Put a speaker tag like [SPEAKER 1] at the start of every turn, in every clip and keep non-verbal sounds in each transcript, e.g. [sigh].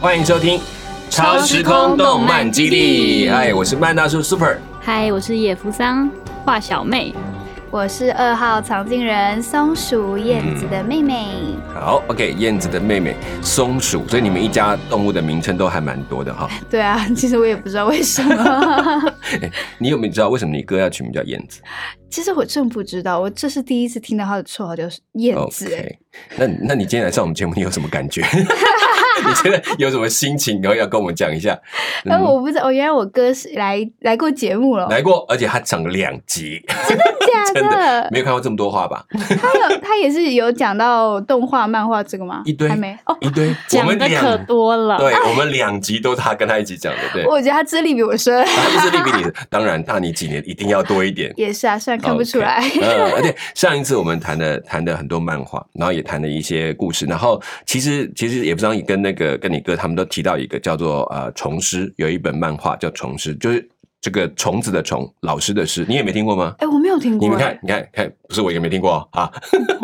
[SPEAKER 1] 欢迎收听《超时空动漫基地》。哎，我是曼大叔 Super。
[SPEAKER 2] 嗨，我是野扶桑画小妹。
[SPEAKER 3] 我是二号藏镜人松鼠燕子的妹妹。
[SPEAKER 1] 好，OK，燕子的妹妹松鼠，所以你们一家动物的名称都还蛮多的哈。
[SPEAKER 3] 对啊，
[SPEAKER 1] [laughs]
[SPEAKER 3] 其实我也不知道为什么，
[SPEAKER 1] 哎你有没有知道为什么你哥要取名叫燕子
[SPEAKER 3] [laughs] 其实我真不知道，我这是第一次听到他的绰号就是燕子。哎
[SPEAKER 1] ？OK，那那你今天来上我们节目，你有什么感觉？ [laughs] 你觉得有什么心情？然后要跟我们讲一下。嗯
[SPEAKER 3] 哎、我不知道，哦，原来我哥是来来过节目了，
[SPEAKER 1] 来过，而且他讲了两集，
[SPEAKER 3] 假
[SPEAKER 1] [laughs] 真的没有看过这么多话吧？
[SPEAKER 3] 他有他也是有讲到动画、漫画这个吗？
[SPEAKER 1] 一堆
[SPEAKER 3] 还没哦。
[SPEAKER 1] 一堆，我
[SPEAKER 2] 讲
[SPEAKER 1] 们
[SPEAKER 2] 的可
[SPEAKER 1] 两，
[SPEAKER 2] 多了，
[SPEAKER 1] 对我们两集都他跟他一起讲的，对。
[SPEAKER 3] 我觉得他资历比我深，
[SPEAKER 1] 他就是利比你，当然大你几年一定要多一点。
[SPEAKER 3] 也是啊，虽然看不出来。
[SPEAKER 1] 嗯，而且上一次我们谈的谈的很多漫画，然后也谈了一些故事，然后其实其实也不知道你跟那个跟你哥他们都提到一个叫做呃虫师，有一本漫画叫虫师，就是这个虫子的虫，老师的师，你也没听过吗？
[SPEAKER 3] [laughs] 哎、我没有听过。
[SPEAKER 1] 你们看，你看，看，不是我也没听过哦啊。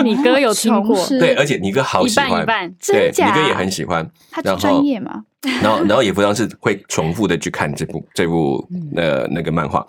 [SPEAKER 2] 你哥有听 [laughs] 过
[SPEAKER 3] 从事
[SPEAKER 1] 对，而且你哥好
[SPEAKER 2] 一
[SPEAKER 1] 喜
[SPEAKER 2] 半
[SPEAKER 1] 欢，
[SPEAKER 2] 一半。
[SPEAKER 1] 对，
[SPEAKER 3] 真假？
[SPEAKER 1] 你哥也很喜欢。
[SPEAKER 3] 他
[SPEAKER 1] 然
[SPEAKER 3] 是
[SPEAKER 1] 后
[SPEAKER 3] 专业嘛？
[SPEAKER 1] [laughs] 然后，然后也不知道是会重复的去看这部这部呃那个漫画。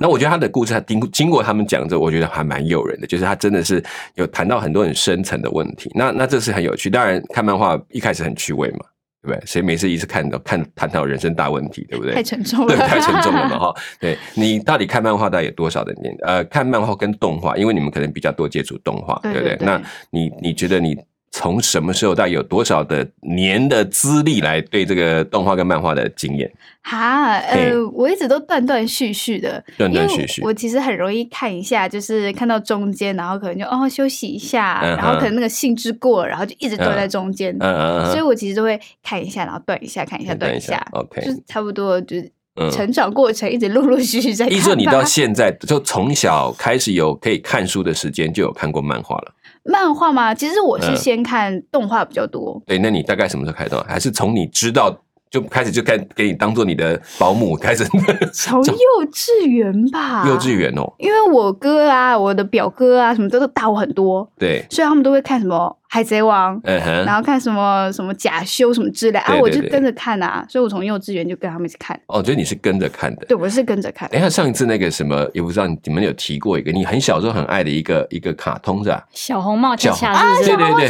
[SPEAKER 1] 那我觉得他的故事，他经经过他们讲之后，我觉得还蛮诱人的，就是他真的是有谈到很多很深层的问题。那那这是很有趣，当然看漫画一开始很趣味嘛，对不对？谁没事一直看到看谈到人生大问题，对不对？
[SPEAKER 3] 太沉
[SPEAKER 1] [laughs]
[SPEAKER 3] 重
[SPEAKER 1] 对，
[SPEAKER 3] 了。
[SPEAKER 1] 太沉重了
[SPEAKER 3] [laughs]
[SPEAKER 1] 嘛哈。对你到底看漫画大概有多少的年？呃，看漫画跟动画，因为你们可能比较多接触动画，
[SPEAKER 3] 对
[SPEAKER 1] 不
[SPEAKER 3] 对
[SPEAKER 1] 对？
[SPEAKER 3] 对
[SPEAKER 1] 那你你觉得你从什么时候到底有多少的年的资历来对这个动画跟漫画的经验？
[SPEAKER 3] 哈，呃
[SPEAKER 1] 对，
[SPEAKER 3] 我一直都断断续续的，
[SPEAKER 1] 断断
[SPEAKER 3] 因为
[SPEAKER 1] 续续
[SPEAKER 3] 我其实很容易看一下，就是看到中间，然后可能就哦休息一下，
[SPEAKER 1] 嗯哼
[SPEAKER 3] 然后可能那个兴致过了，然后就一直断在中间。
[SPEAKER 1] 嗯嗯嗯，
[SPEAKER 3] 所以我其实都会看一下，然后断一下，看一下，断
[SPEAKER 1] 一下，OK，
[SPEAKER 3] 就是差不多就是
[SPEAKER 1] 嗯。
[SPEAKER 3] 成长过程，一直陆陆续续在看吧。
[SPEAKER 1] 依照你到现在，就从小开始有可以看书的时间，就有看过漫画了。
[SPEAKER 3] 漫画嘛，其实我是
[SPEAKER 1] 嗯
[SPEAKER 3] 先看动画比较多。
[SPEAKER 1] 对，那你大概什么时候开始动画？还是从你知道就开始就开给你当做你的保姆开始？
[SPEAKER 3] 从幼稚园
[SPEAKER 1] [laughs]
[SPEAKER 3] 吧，
[SPEAKER 1] 幼稚，园哦，
[SPEAKER 3] 因为我哥啊，我的表哥啊，什么都都大我很多，
[SPEAKER 1] 对，
[SPEAKER 3] 所以他们都会看什么《海贼王》。
[SPEAKER 1] 嗯哼，
[SPEAKER 3] 然后看什么什么假修什么之类，啊，
[SPEAKER 1] 对
[SPEAKER 3] 我
[SPEAKER 1] 对
[SPEAKER 3] 就
[SPEAKER 1] 对
[SPEAKER 3] 跟着看啊，所以我从幼稚园就跟他们一起看，
[SPEAKER 1] 哦，所以你是跟着看的。
[SPEAKER 3] 对我是跟着看
[SPEAKER 1] 等一下，上一次那个什么，也不知道你们有提过一个，你很小时候很爱的一个一个卡通是吧？
[SPEAKER 2] 小红帽恰恰
[SPEAKER 1] 小
[SPEAKER 2] 是不
[SPEAKER 1] 对对
[SPEAKER 2] 是？
[SPEAKER 3] 啊猫
[SPEAKER 1] 对哦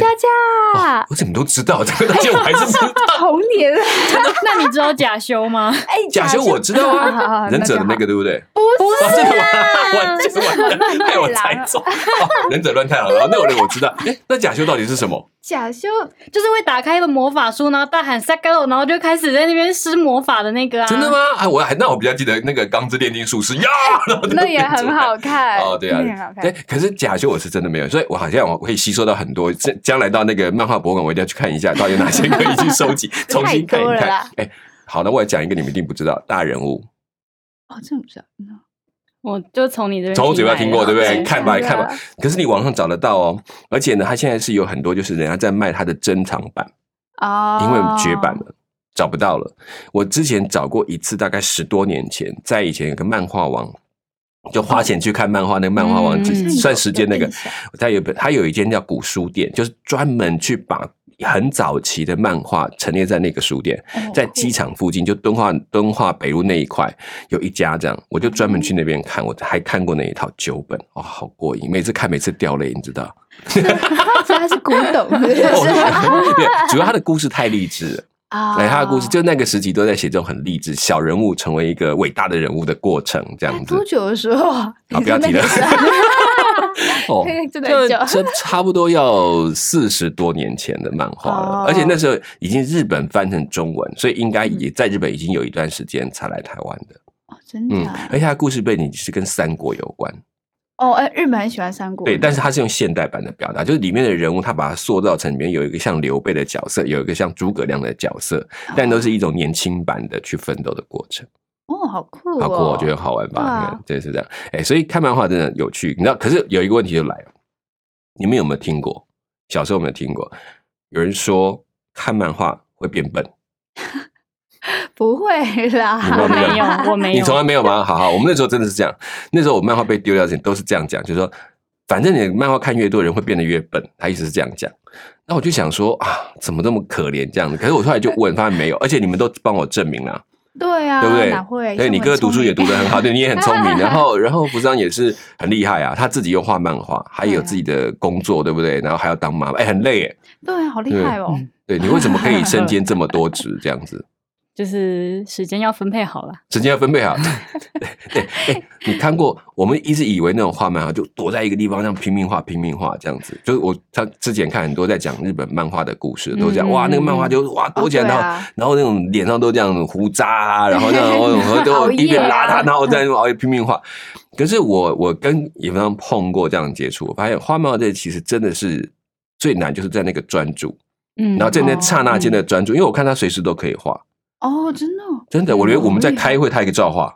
[SPEAKER 1] [laughs]
[SPEAKER 3] 佳佳，
[SPEAKER 1] 我怎么都知道这个东西，我还是不知
[SPEAKER 3] [laughs]
[SPEAKER 1] 道。
[SPEAKER 3] 童年，啊
[SPEAKER 2] [laughs] 那你知道假修吗？
[SPEAKER 3] 哎，
[SPEAKER 1] 假修我知道
[SPEAKER 3] [laughs] 好好
[SPEAKER 1] 啊，
[SPEAKER 3] 好
[SPEAKER 1] 忍者的那个
[SPEAKER 3] 那就好
[SPEAKER 1] 对不对？
[SPEAKER 3] 不
[SPEAKER 1] 哦，真的吗？ [laughs] 我
[SPEAKER 3] 是
[SPEAKER 1] 就是完
[SPEAKER 3] [laughs] 太
[SPEAKER 1] 被我
[SPEAKER 3] 郎
[SPEAKER 1] 猜中。哦忍者乱太郎，哦那我我知道。哎，那假修到底是什
[SPEAKER 3] [laughs]
[SPEAKER 1] 么？[laughs]
[SPEAKER 3] 假修，
[SPEAKER 2] [laughs] 就是会打开一个魔法书，然后大喊“萨嘎哦罗”，然后就开始在那边施魔法的那个啊。
[SPEAKER 1] 真的吗？啊，我还那我比较记得那个钢之炼金术师呀，然后就
[SPEAKER 3] 那也很好看
[SPEAKER 1] 哦，对啊
[SPEAKER 3] 那也很好，
[SPEAKER 1] 对
[SPEAKER 3] 看，，
[SPEAKER 1] 可是假修我是真的没有，所以我好像我会吸收到很多。将将来到那个漫画博物馆，我一定要去看一下，到底有哪些可以去收集，重新看
[SPEAKER 3] 太多
[SPEAKER 1] 一
[SPEAKER 3] 了
[SPEAKER 1] 看
[SPEAKER 3] 啦。
[SPEAKER 1] 哎，好，那我讲一个你们一定不知道大人物，
[SPEAKER 3] 哦，真的不知道，嗯
[SPEAKER 2] 我就从你这边，
[SPEAKER 1] 从我嘴巴听过，对不对？
[SPEAKER 3] 对
[SPEAKER 1] 看吧，
[SPEAKER 3] 对啊
[SPEAKER 1] 看吧。可是你网上找得到哦，而且呢，他现在是有很多就是人家在卖他的珍藏版，
[SPEAKER 3] 哦，
[SPEAKER 1] 因为绝版了。找不到了。我之前找过一次，大概十多年前，在以前有个漫画网，就花钱去看漫画，那个漫画网
[SPEAKER 2] 嗯
[SPEAKER 1] 只
[SPEAKER 2] 嗯嗯
[SPEAKER 1] 算时间那个
[SPEAKER 3] 有印象，
[SPEAKER 1] 它有本，它有一间叫古书店，就是专门去把很早期的漫画陈列在那个书店，
[SPEAKER 3] 哦
[SPEAKER 1] [laughs] 在机场附近，就敦化敦化北路那一块有一家这样，我就专门去那边看，我还看过那一套九本，哦，好过瘾，每次看每次掉泪，你知道。
[SPEAKER 3] 哦所以它是古董， [laughs] 是不是
[SPEAKER 1] 哦对，主要他的故事太励志了。
[SPEAKER 3] 啊
[SPEAKER 1] 哎，他的故事就那个时期都在写这种很励志小人物成为一个伟大的人物的过程，这样子
[SPEAKER 3] 哎多。久的时候啊？。
[SPEAKER 1] 啊，不要提了哦，
[SPEAKER 3] [laughs] 真的
[SPEAKER 1] 这
[SPEAKER 3] 很久，
[SPEAKER 1] 这差不多要四十多年前的漫画了
[SPEAKER 3] 哦，
[SPEAKER 1] 而且那时候已经日本翻成中文，所以应该也在日本已经有一段时间才来台湾的。
[SPEAKER 3] 哦真
[SPEAKER 1] 嗯
[SPEAKER 3] 的啊，
[SPEAKER 1] 而且他的故事背景是跟三国有关，
[SPEAKER 3] 哦，哎，日本很喜欢三国，
[SPEAKER 1] 对，但是他是用现代版的表达，就是里面的人物他把它塑造成里面有一个像刘备的角色，有一个像诸葛亮的角色，但都是一种年轻版的去奋斗的过程。
[SPEAKER 3] 哦，好酷哦， [laughs]
[SPEAKER 1] 好酷，我觉得好玩吧？
[SPEAKER 3] 对啊
[SPEAKER 1] 你看，对，是这样。哎、所以看漫画真的有趣，你知道？可是有一个问题就来了，你们有没有听过？小时候有没有听过？有人说看漫画会变笨，
[SPEAKER 3] 不会
[SPEAKER 1] [laughs] 你
[SPEAKER 3] 啦，
[SPEAKER 1] 们
[SPEAKER 2] 我
[SPEAKER 1] 没
[SPEAKER 2] 没
[SPEAKER 1] 有
[SPEAKER 2] 有，我没
[SPEAKER 1] 你
[SPEAKER 2] 有
[SPEAKER 1] 从。来没有吗？好好，我们那时候真的是这样。那时候我漫画被丢掉之前都是这样讲，就是说反正你的漫画看越多，人会变得越笨。他一直是这样讲。那我就想说啊，怎么这么可怜这样子？可是我后来就问，发现没有，而且你们都帮我证明了、
[SPEAKER 3] 对啊，
[SPEAKER 1] 对不对？
[SPEAKER 3] 哪会？
[SPEAKER 1] 对，
[SPEAKER 3] 像
[SPEAKER 1] 你
[SPEAKER 3] 我
[SPEAKER 1] 哥
[SPEAKER 3] 很聪
[SPEAKER 1] 读书
[SPEAKER 3] 明
[SPEAKER 1] 也读得很好，对，你也很聪明。然后，然后福商也是很厉害啊，他自己又画漫画，还
[SPEAKER 3] 啊
[SPEAKER 1] 有自己的工作，对不对？然后还要当妈妈，哎，很累耶。
[SPEAKER 3] [laughs] 对啊，好厉害哦！
[SPEAKER 1] 对嗯你为什么可以身兼这么多职这样子？
[SPEAKER 2] 就是时间要分配好了。
[SPEAKER 1] 时间要分配好。 [laughs] 对，对哎，你看过？我们一直以为那种画漫画就躲在一个地方，这样拼命画、拼命画这样子。就是我他之前看很多在讲日本漫画的故事，都讲哇，那个漫画就是哇躲起来，
[SPEAKER 3] 嗯哦对
[SPEAKER 1] 然后
[SPEAKER 3] 啊
[SPEAKER 1] 然后那种脸上都这样胡渣啊，然后那种然后都一边拉他，然后在那边熬夜拼命画。可是我我跟也方碰过这样的接触，我发现画漫画这其实真的是最难，就是在那个专注，
[SPEAKER 2] 嗯
[SPEAKER 1] 然后在那
[SPEAKER 3] 哦
[SPEAKER 1] 刹那间的专注，因为我看他随时都可以画，
[SPEAKER 3] 哦，真的哦
[SPEAKER 1] 真的，我连我们在开
[SPEAKER 3] 厉
[SPEAKER 1] 会他也可以照画，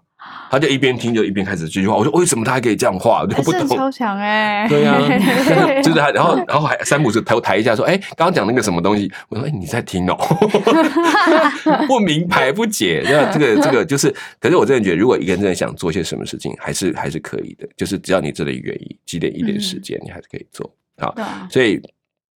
[SPEAKER 1] 他就一边听就一边开始继续画。我说为什么他还可以这样画，我就
[SPEAKER 3] 还
[SPEAKER 1] 不
[SPEAKER 3] 是很
[SPEAKER 1] 懂。
[SPEAKER 3] 超强哎。
[SPEAKER 1] 对
[SPEAKER 3] [laughs]
[SPEAKER 1] 啊呀、就是他，然后然后还三浦是头抬一下说：“哎、刚刚讲那个什么东西？”我说：“哎、你在听
[SPEAKER 3] [laughs]
[SPEAKER 1] 哦，不明白不解。”那这个这个就是，可是我真的觉得，如果一个人真的想做些什么事情，还是还是可以的，就是只要你真的愿意，积累一点时
[SPEAKER 3] 嗯
[SPEAKER 1] 间，你还是可以做。好，[laughs]
[SPEAKER 3] 对啊，
[SPEAKER 1] 所以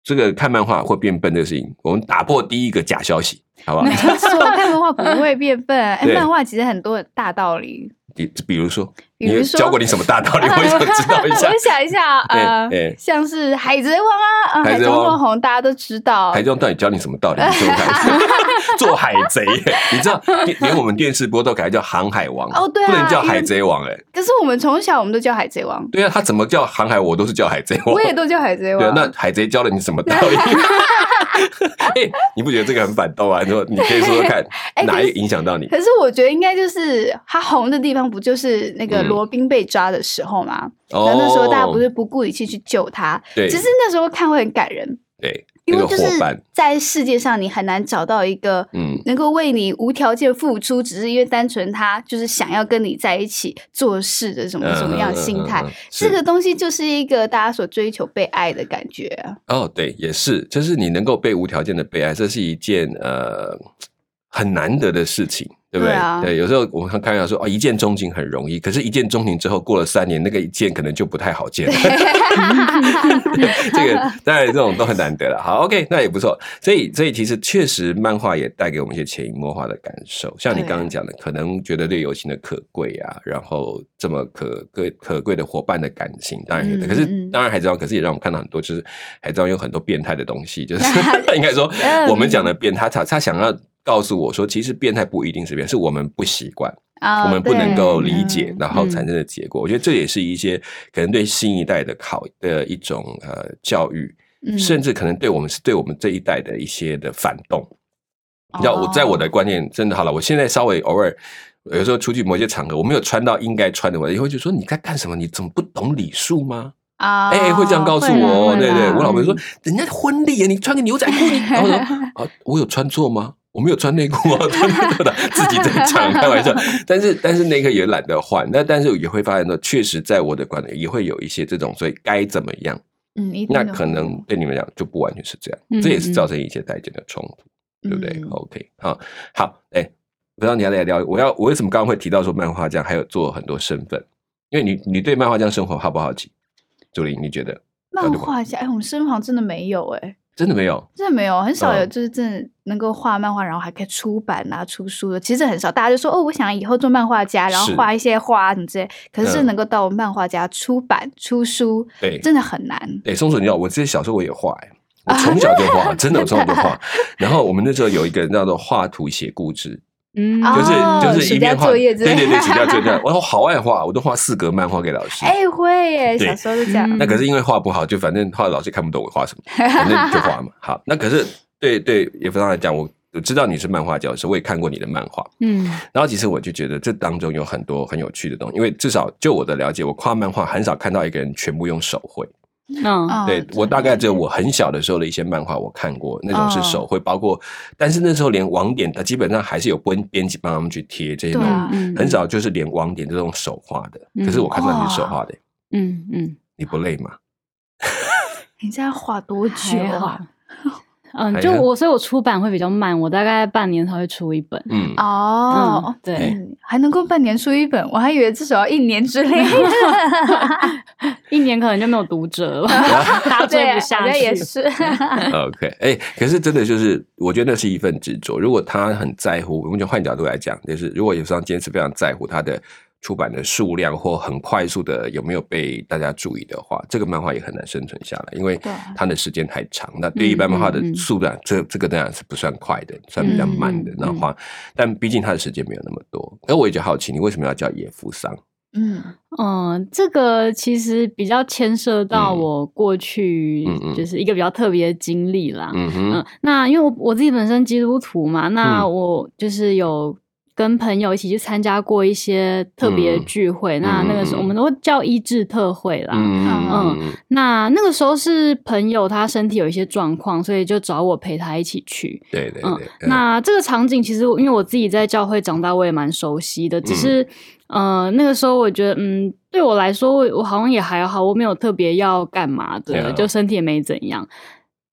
[SPEAKER 1] 这个看漫画会变笨这个事情，我们打破第一个假消息，好不好？
[SPEAKER 3] 没错，看漫画不会变
[SPEAKER 1] [laughs]
[SPEAKER 3] 笨。哎，
[SPEAKER 1] 对
[SPEAKER 3] 漫画其实很多大道理，
[SPEAKER 1] 比比如说，
[SPEAKER 3] 比如
[SPEAKER 1] 你
[SPEAKER 3] 说。
[SPEAKER 1] 教过你什么大道理？我想知道一下
[SPEAKER 3] [laughs] 我想一下，呃
[SPEAKER 1] [laughs] 对对，
[SPEAKER 3] 像是《海贼王》啊，呃
[SPEAKER 1] 海
[SPEAKER 3] 海
[SPEAKER 1] 贼
[SPEAKER 3] 中
[SPEAKER 1] 王
[SPEAKER 3] 落红》大家都知道
[SPEAKER 1] 台。中到底教你什么道理？你 [laughs] 说看 [laughs] 做海贼，你知道连连我们电视播都改叫航海王
[SPEAKER 3] 哦对啊
[SPEAKER 1] 不能叫海贼王哎、
[SPEAKER 3] 可是我们从小我们都叫《海贼王》，
[SPEAKER 1] 对啊，他怎么叫航海我都是叫海贼王，
[SPEAKER 3] 我也都叫《海贼
[SPEAKER 1] 对
[SPEAKER 3] 王
[SPEAKER 1] 啊。。那海贼教了你什么道理？ [laughs] 哎，你不觉得这个很反动啊？你说你可以说说看，
[SPEAKER 3] [laughs] 哎
[SPEAKER 1] 哪
[SPEAKER 3] 可
[SPEAKER 1] 一
[SPEAKER 3] 是
[SPEAKER 1] 个影响到你？
[SPEAKER 3] 可是我觉得应该就是他红的地方，不就是那个
[SPEAKER 1] 嗯
[SPEAKER 3] 罗宾被抓的时候吗？然
[SPEAKER 1] 哦
[SPEAKER 3] 后那时候大家不是不顾一切去救他，
[SPEAKER 1] 对
[SPEAKER 3] 其实那时候看会很感人，
[SPEAKER 1] 对
[SPEAKER 3] 因
[SPEAKER 1] 那
[SPEAKER 3] 为
[SPEAKER 1] 个
[SPEAKER 3] 就
[SPEAKER 1] 伙
[SPEAKER 3] 是
[SPEAKER 1] 伴，
[SPEAKER 3] 在世界上你很难找到一个 [laughs]
[SPEAKER 1] 嗯，
[SPEAKER 3] 能够为你无条件付出，只是因为单纯他就是想要跟你在一起做事的什么什么样的心态
[SPEAKER 1] 嗯嗯嗯嗯嗯。是
[SPEAKER 3] 这个东西就是一个大家所追求被爱的感觉啊，
[SPEAKER 1] 哦，对，也是，就是你能够被无条件的被爱，这是一件呃很难得的事情，对不对？
[SPEAKER 3] 对啊
[SPEAKER 1] 有时候我们看开玩笑说，哦，一见钟情很容易，可是，一见钟情之后过了三年，那个一见可能就不太好见了。 [laughs] 这
[SPEAKER 3] [laughs]
[SPEAKER 1] 个当然这种都很难得了。好，OK，那也不错。所以，所以其实确实，漫画也带给我们一些潜移默化的感受。像你
[SPEAKER 3] 对啊
[SPEAKER 1] 刚刚讲的，可能觉得对友情的可贵啊，然后这么可贵可贵的伙伴的感情，当然有的。
[SPEAKER 3] 嗯
[SPEAKER 1] 可是
[SPEAKER 3] 嗯嗯
[SPEAKER 1] 当然海贼王，可是也让我们看到很多，就是海贼王有很多变态的东西，
[SPEAKER 3] [laughs]
[SPEAKER 1] 就是应该说
[SPEAKER 3] 嗯
[SPEAKER 1] 我们讲的变态，他他想要。告诉我说，其实变态不一定是变态，是我们不习惯，
[SPEAKER 3] 啊
[SPEAKER 1] 我们不能够理解
[SPEAKER 3] 对，
[SPEAKER 1] 然后
[SPEAKER 2] 嗯
[SPEAKER 1] 产生的结果。我觉得这也是一些可能对新一代的考的一种呃教育，
[SPEAKER 3] 嗯
[SPEAKER 1] 甚至可能对我们是对我们这一代的一些的反动。你知道，我在我的
[SPEAKER 3] 哦
[SPEAKER 1] 观念真的好了，我现在稍微偶尔有时候出去某些场合，我没有穿到应该穿的，我以后就说你在干什么？你怎么不懂礼数吗？
[SPEAKER 3] 啊，嗯
[SPEAKER 1] 哎、会这样告诉我，
[SPEAKER 2] 会啦
[SPEAKER 1] 对对，
[SPEAKER 2] 会啦
[SPEAKER 1] 我老婆说人家婚礼啊，你穿个牛仔裤，你然
[SPEAKER 3] [laughs]
[SPEAKER 1] 后我说啊，我有穿错吗？我没有穿内裤啊， [laughs] 穿内裤的，自己在讲开
[SPEAKER 3] [laughs]
[SPEAKER 1] 玩笑。但是但是那个也懒得换，那但是也会发现说，确实在我的观点也会有一些这种，所以该怎么样，
[SPEAKER 3] 嗯，一定
[SPEAKER 1] 那
[SPEAKER 3] 的
[SPEAKER 1] 可能对你们讲就不完全是这样，
[SPEAKER 2] 嗯
[SPEAKER 1] 这也是造成一些代间的冲突。对不对、哦
[SPEAKER 3] 嗯
[SPEAKER 1] o k 好，好，哎、不知道你要来聊，我要我为什么刚刚会提到说漫画家还有做很多身份？因为你你对漫画家生活好不好奇？朱琳，你觉得
[SPEAKER 3] 漫画家，哎，我们身旁真的没有哎。
[SPEAKER 1] 真的没有？
[SPEAKER 3] 真的没有，很少有
[SPEAKER 1] 嗯
[SPEAKER 3] 就是真的能够画漫画，然后还可以出版啊、出书的，其实很少。大家就说哦，我想以后做漫画家，然后
[SPEAKER 1] 是
[SPEAKER 3] 画一些画啊什么之类。可是
[SPEAKER 1] 嗯
[SPEAKER 3] 能够到漫画家出版出书，
[SPEAKER 1] 对
[SPEAKER 3] 真的啊很难。
[SPEAKER 1] 哎、松鼠，你知道我之前小时候我也画、哎，我从小就
[SPEAKER 3] [laughs]
[SPEAKER 1] 画，真的，我从小就画。然后我们那时候有一个叫做画图写故事，
[SPEAKER 2] 嗯，
[SPEAKER 3] 哦
[SPEAKER 1] 就是就是一
[SPEAKER 3] 暑假
[SPEAKER 1] 面画，
[SPEAKER 3] 作
[SPEAKER 1] 对
[SPEAKER 3] 业之类
[SPEAKER 1] 对对，暑假作业
[SPEAKER 3] [laughs]
[SPEAKER 1] 这样，我好爱画，我都画四格漫画给老师。
[SPEAKER 3] 哎、会耶，
[SPEAKER 1] 对
[SPEAKER 3] 小时候就这样。
[SPEAKER 2] 嗯
[SPEAKER 1] 那可是因为画不好，就反正画老师看不懂我画
[SPEAKER 3] [laughs]
[SPEAKER 1] 什么，反正就画嘛。好，那可是对对，也不让来讲，我我知道你是漫画教师，我也看过你的漫画。
[SPEAKER 2] 嗯
[SPEAKER 1] 然后其实我就觉得这当中有很多很有趣的东西，因为至少就我的了解，我画漫画很少看到一个人全部用手绘。
[SPEAKER 2] 嗯
[SPEAKER 3] 哦
[SPEAKER 1] 对
[SPEAKER 3] 真的
[SPEAKER 1] 我大概只有我很小的时候的一些漫画我看过，那种是手绘，包括但是那时候连网点，呃它基本上还是有编编辑帮他们去贴这些
[SPEAKER 3] 对
[SPEAKER 1] 东西，
[SPEAKER 3] 啊，
[SPEAKER 2] 嗯，
[SPEAKER 1] 很少就是连网点这种手画的。
[SPEAKER 2] 嗯
[SPEAKER 1] 可是我看到你是手画的，
[SPEAKER 2] 嗯嗯，
[SPEAKER 1] 你不累吗？
[SPEAKER 3] 你这样画多久
[SPEAKER 2] 还
[SPEAKER 3] 啊？
[SPEAKER 2] 好。 [laughs] 嗯，就我，所以我出版会比较慢，我大概半年才会出一本。
[SPEAKER 1] 嗯，哎
[SPEAKER 3] 哦
[SPEAKER 2] 嗯，，对，
[SPEAKER 3] 嗯，还能够半年出一本，我还以为至少要一年之
[SPEAKER 2] [laughs]
[SPEAKER 3] 类的。
[SPEAKER 2] 一年可能就没有读
[SPEAKER 1] [laughs]
[SPEAKER 2] 者了，打
[SPEAKER 3] [laughs] 对啊
[SPEAKER 2] [laughs] 追不
[SPEAKER 3] 好
[SPEAKER 2] 下
[SPEAKER 3] 像
[SPEAKER 2] 去。
[SPEAKER 3] 也是。
[SPEAKER 1] OK，哎、可是真的就是，我觉得那是一份执着。如果他很在乎，我们就换角度来讲，就是如果有时候坚持非常在乎他的出版的数量或很快速的有没有被大家注意的话，这个漫画也很难生存下来，因为
[SPEAKER 3] 对
[SPEAKER 1] 它的时间太长。那对一般漫画的
[SPEAKER 2] 嗯嗯嗯
[SPEAKER 1] 速度，这这个当然是不算快的，算比较慢的
[SPEAKER 2] 嗯嗯
[SPEAKER 1] 那话，但毕竟他的时间没有那么多。那我也就好奇，你为什么要叫野夫桑？
[SPEAKER 3] [laughs] 嗯，
[SPEAKER 2] 嗯，这个其实比较牵涉到
[SPEAKER 1] 嗯
[SPEAKER 2] 我过去
[SPEAKER 1] 嗯嗯
[SPEAKER 2] 就是一个比较特别的经历啦。
[SPEAKER 1] 嗯
[SPEAKER 2] 嗯
[SPEAKER 1] 哼，，
[SPEAKER 2] 那因为我我自己本身基督徒嘛，那
[SPEAKER 1] 嗯
[SPEAKER 2] 我就是有跟朋友一起去参加过一些特别的
[SPEAKER 1] 嗯
[SPEAKER 2] 聚会，那那个时候
[SPEAKER 1] 嗯嗯嗯
[SPEAKER 2] 我们都叫医治特会啦。
[SPEAKER 1] 嗯嗯
[SPEAKER 2] 那那个时候是朋友他身体有一些状况，所以就找我陪他一起去。
[SPEAKER 1] 对对对，
[SPEAKER 2] 嗯
[SPEAKER 1] 嗯
[SPEAKER 2] 那这个场景其实因为我自己在教会长大，我也蛮熟悉的。只是、呃，那个时候我觉得，嗯，对我来说，我我好像也还好，我没有特别要干嘛的
[SPEAKER 1] Yeah
[SPEAKER 2] 就身体也没怎样。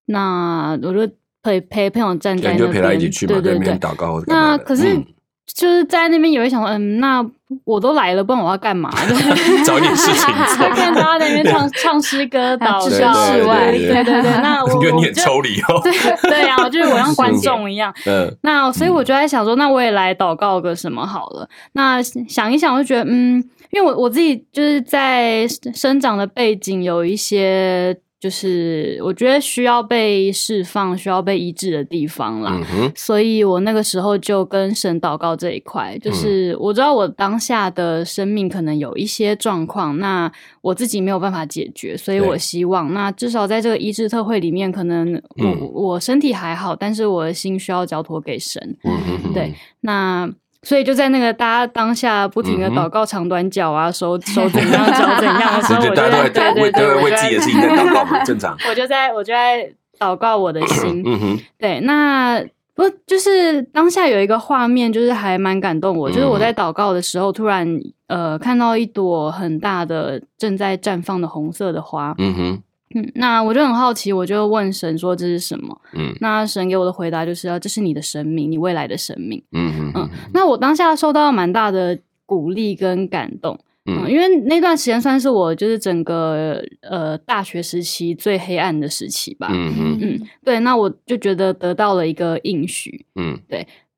[SPEAKER 2] 那我就陪陪朋友站在
[SPEAKER 1] 你
[SPEAKER 2] 那边，
[SPEAKER 1] 就陪他一起去嘛，
[SPEAKER 2] 对
[SPEAKER 1] 在
[SPEAKER 2] 对
[SPEAKER 1] 那
[SPEAKER 2] 对
[SPEAKER 1] 边。祷告或者干嘛
[SPEAKER 2] 那
[SPEAKER 1] 的。
[SPEAKER 2] 可是
[SPEAKER 1] 嗯
[SPEAKER 2] 就是在那边也会想说，嗯，那我都来了，不然我要干嘛？
[SPEAKER 1] [laughs] 找点事情
[SPEAKER 2] [laughs]
[SPEAKER 1] 做
[SPEAKER 2] 看大家在那边唱唱诗歌、
[SPEAKER 3] 啊
[SPEAKER 2] 祷
[SPEAKER 3] 置
[SPEAKER 1] 身
[SPEAKER 2] 告，
[SPEAKER 1] 事外
[SPEAKER 2] 对对对。
[SPEAKER 1] [laughs]
[SPEAKER 2] 那 [laughs] 我
[SPEAKER 1] 你觉得
[SPEAKER 2] 我
[SPEAKER 1] 你很
[SPEAKER 2] 就
[SPEAKER 1] 抽离哦？
[SPEAKER 2] 对 [laughs] 对啊，就是我像观
[SPEAKER 1] 是
[SPEAKER 2] 众一样。
[SPEAKER 1] 嗯
[SPEAKER 2] 那所以我就在想说，那我也来祷告个什么好了。那想一想，我就觉得，嗯，因为我我自己就是在生长的背景有一些，就是我觉得需要被释放、需要被医治的地方啦。
[SPEAKER 1] 嗯哼，
[SPEAKER 2] 所以我那个时候就跟神祷告这一块，
[SPEAKER 1] 嗯
[SPEAKER 2] 就是我知道我当下的生命可能有一些状况，那我自己没有办法解决，所以
[SPEAKER 1] 对
[SPEAKER 2] 我希望那至少在这个医治特会里面，可能我、
[SPEAKER 1] 嗯
[SPEAKER 2] 我身体还好，但是我的心需要交托给神。
[SPEAKER 1] 嗯哼，
[SPEAKER 2] 对，那。所以就在那个大家当下不停的
[SPEAKER 1] 嗯哼
[SPEAKER 2] 祷告长短脚
[SPEAKER 1] [laughs]
[SPEAKER 2] 啊，手手怎样脚怎样的时
[SPEAKER 1] 所
[SPEAKER 2] 候，
[SPEAKER 1] 以
[SPEAKER 2] 啊我就
[SPEAKER 1] 大家
[SPEAKER 2] 在
[SPEAKER 1] 都在
[SPEAKER 2] 对
[SPEAKER 1] 为都
[SPEAKER 2] 对对，
[SPEAKER 1] 在
[SPEAKER 2] 我
[SPEAKER 1] 为
[SPEAKER 2] 就
[SPEAKER 1] 自己
[SPEAKER 2] 在
[SPEAKER 1] 的事情在祷告嘛，正常。
[SPEAKER 2] [laughs] 我就在我就在祷告我的心，
[SPEAKER 1] 嗯哼，
[SPEAKER 2] 对，那不就是当下有一个画面，就是还蛮感动我，就是我在祷告的时候，突然呃看到一朵很大的正在绽放的红色的花，
[SPEAKER 1] 嗯哼，
[SPEAKER 2] 嗯，那我就很好奇，我就问神说这是什么？
[SPEAKER 1] 嗯
[SPEAKER 2] 那神给我的回答就是啊，这是你的生命，你未来的生命。
[SPEAKER 1] 嗯哼，
[SPEAKER 2] 那我当下受到蛮大的鼓励跟感动。嗯，
[SPEAKER 1] 嗯
[SPEAKER 2] 因为那段时间算是我就是整个呃大学时期最黑暗的时期吧。
[SPEAKER 1] 嗯哼，
[SPEAKER 2] 嗯，对，那我就觉得得到了一个应许，
[SPEAKER 1] 嗯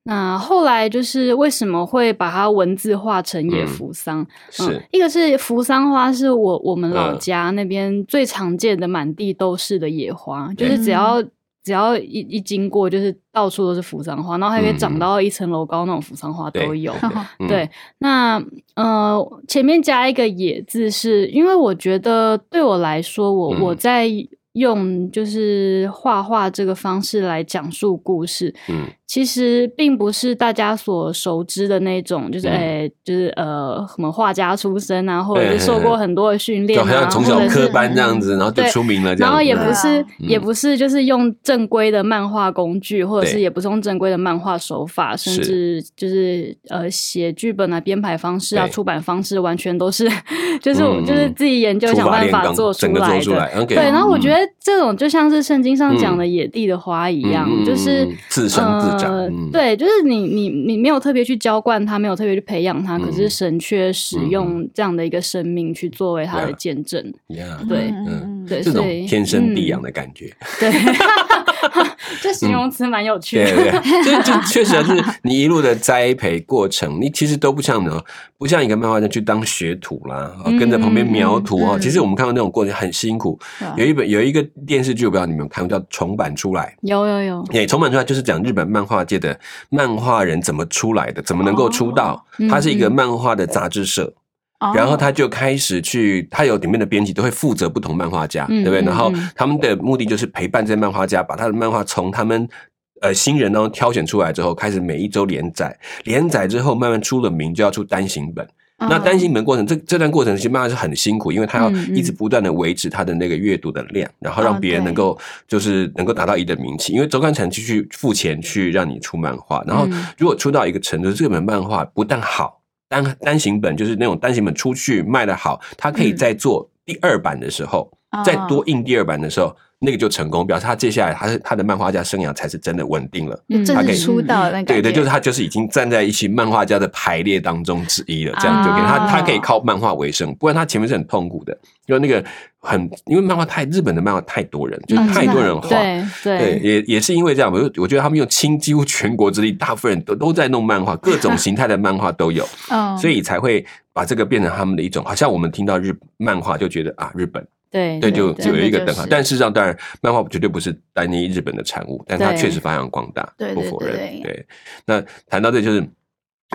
[SPEAKER 2] 那后来就是为什么会把它文字化成野扶桑？嗯，
[SPEAKER 1] 是，
[SPEAKER 2] 一个是扶桑花，是我我们老
[SPEAKER 1] 嗯
[SPEAKER 2] 家那边最常见的，满地都是的野花，就
[SPEAKER 1] 对
[SPEAKER 2] 是只要只要一一经过，就是到处都是扶桑花，然后还可以长
[SPEAKER 1] 嗯
[SPEAKER 2] 到一层楼高那种扶桑花
[SPEAKER 1] 对
[SPEAKER 2] 都有。
[SPEAKER 1] [laughs]
[SPEAKER 2] [laughs]
[SPEAKER 1] 嗯
[SPEAKER 2] 对，那呃，前面加一个“野”字是，因为我觉得对我来说，我、我
[SPEAKER 1] 嗯
[SPEAKER 2] 在用就是画画这个方式来讲述故事，
[SPEAKER 1] 嗯
[SPEAKER 2] 其实并不是大家所熟知的那种，就是
[SPEAKER 1] 嗯
[SPEAKER 2] 诶、就是呃，什么画家出身啊，或者
[SPEAKER 1] 嘿
[SPEAKER 2] 是
[SPEAKER 1] 嘿
[SPEAKER 2] 受过
[SPEAKER 1] 嘿
[SPEAKER 2] 很多的训练
[SPEAKER 1] 就
[SPEAKER 2] 啊，
[SPEAKER 1] 好像从小
[SPEAKER 2] 或者
[SPEAKER 1] 科
[SPEAKER 2] 是
[SPEAKER 1] 班这样子，然后就出名了这样，
[SPEAKER 2] 然后也
[SPEAKER 3] 对
[SPEAKER 2] 不
[SPEAKER 3] 啊
[SPEAKER 2] 是、也
[SPEAKER 1] 嗯
[SPEAKER 2] 不是就是用正规的漫画工具，或者是
[SPEAKER 1] 对
[SPEAKER 2] 也不是用正规的漫画手法，甚
[SPEAKER 1] 是
[SPEAKER 2] 至就是呃写剧本啊、编排方式啊、
[SPEAKER 1] 对
[SPEAKER 2] 出版方式，完全都是就是我、
[SPEAKER 1] 嗯
[SPEAKER 2] 就是自己研究想办法做出
[SPEAKER 1] 整个
[SPEAKER 2] 来
[SPEAKER 1] 做出
[SPEAKER 2] 的。
[SPEAKER 1] 来，OK，嗯
[SPEAKER 2] 对，然后我觉得这种就像是圣经上讲的野地的花
[SPEAKER 1] 嗯
[SPEAKER 2] 一样，就是。
[SPEAKER 1] 自生自长，嗯
[SPEAKER 2] 呃，对，就是你你你没有特别去浇灌它，没有特别去培养它，可是
[SPEAKER 1] 嗯
[SPEAKER 2] 神却使用这样的一个生命去作为它的
[SPEAKER 1] 对啊
[SPEAKER 2] 见证，
[SPEAKER 1] 对，
[SPEAKER 2] 对
[SPEAKER 1] 嗯，
[SPEAKER 2] 对，
[SPEAKER 1] 这种
[SPEAKER 2] 所以
[SPEAKER 1] 天生地
[SPEAKER 2] 嗯
[SPEAKER 1] 养的感觉，
[SPEAKER 2] 对， [laughs] 这形容词蛮有趣的。
[SPEAKER 1] 对
[SPEAKER 2] [laughs]
[SPEAKER 1] 对，这这确实啊就是你一路的栽培过程，你其实都不像呢，不像一个漫画家去当学徒啦，哦
[SPEAKER 2] 嗯嗯
[SPEAKER 1] 跟着旁边描图哦。
[SPEAKER 3] 嗯
[SPEAKER 1] 其实我们看到那种过程很辛苦。
[SPEAKER 3] 啊
[SPEAKER 1] 有一本有一个电视剧，我不知道你们有看过，叫《重版出来
[SPEAKER 2] 有有有》。，
[SPEAKER 1] 哎，《重版出来》就是讲日本漫画界的漫画人怎么出来的，怎么能够出道
[SPEAKER 2] 哦。
[SPEAKER 1] 它是一个漫画的杂志社，然后他就开始去，他有里面的编辑都会负责不同漫画家，
[SPEAKER 2] 嗯
[SPEAKER 1] 对不对？
[SPEAKER 2] 嗯
[SPEAKER 1] 然后
[SPEAKER 2] 嗯
[SPEAKER 1] 他们的目的就是陪伴这些漫画家，把他的漫画从他们。呃，新人当中挑选出来之后，开始每一周连载，连载之后慢慢出了名，就要出单行本。
[SPEAKER 3] 哦
[SPEAKER 1] 那单行本过程，这这段过程其实漫画是很辛苦，因为他要
[SPEAKER 2] 嗯嗯嗯啊
[SPEAKER 1] 一直不断的维持他的那个阅读的量，然后
[SPEAKER 3] 哦
[SPEAKER 1] 让别人能
[SPEAKER 3] 对
[SPEAKER 1] 够就是能够达到一定的名气，因为周刊产继续付钱去让你出漫画，然后
[SPEAKER 2] 嗯
[SPEAKER 1] 如果出到一个程度，这本漫画不但好，单单行本就是那种单行本出去卖的好，它可以
[SPEAKER 2] 嗯
[SPEAKER 1] 再做第二版的时候，
[SPEAKER 3] 哦
[SPEAKER 1] 再多印第二版的时候，那个就成功，表示他接下来他是他的漫画家生涯才是真的稳定了。
[SPEAKER 2] 嗯
[SPEAKER 1] 他
[SPEAKER 3] 正
[SPEAKER 1] 可以
[SPEAKER 3] 式出道的那个，
[SPEAKER 1] 对对，就是他就是已经站在一起漫画家的排列当中之一了，这样就给他
[SPEAKER 3] 啊
[SPEAKER 1] 他可以靠漫画为生，不然他前面是很痛苦的，因为那个很因为漫画太日本的漫画太多人，就是
[SPEAKER 3] 嗯
[SPEAKER 1] 太多人
[SPEAKER 3] 真的
[SPEAKER 1] 画。
[SPEAKER 2] 对
[SPEAKER 1] 对，
[SPEAKER 2] 对，
[SPEAKER 1] 也也是因为这样，我就我觉得他们用倾几乎全国之力，大部分人都都在弄漫画，各
[SPEAKER 3] [laughs]
[SPEAKER 1] 种形态的漫画都有，
[SPEAKER 3] 嗯，
[SPEAKER 1] 所以才会把这个变成他们的一种，好像我们听到日漫画就觉得啊，日本
[SPEAKER 2] 对
[SPEAKER 1] 对，就
[SPEAKER 2] 真
[SPEAKER 1] 就
[SPEAKER 2] 的
[SPEAKER 1] 有一个等号
[SPEAKER 2] 是。
[SPEAKER 1] 但事实上，当然漫画绝对不是单一日本的产物，但它
[SPEAKER 2] 对
[SPEAKER 1] 确实发扬光大
[SPEAKER 3] 对，
[SPEAKER 1] 不
[SPEAKER 3] 对
[SPEAKER 1] 否
[SPEAKER 3] 对
[SPEAKER 1] 认。
[SPEAKER 3] 对
[SPEAKER 1] 对，那谈到这就是。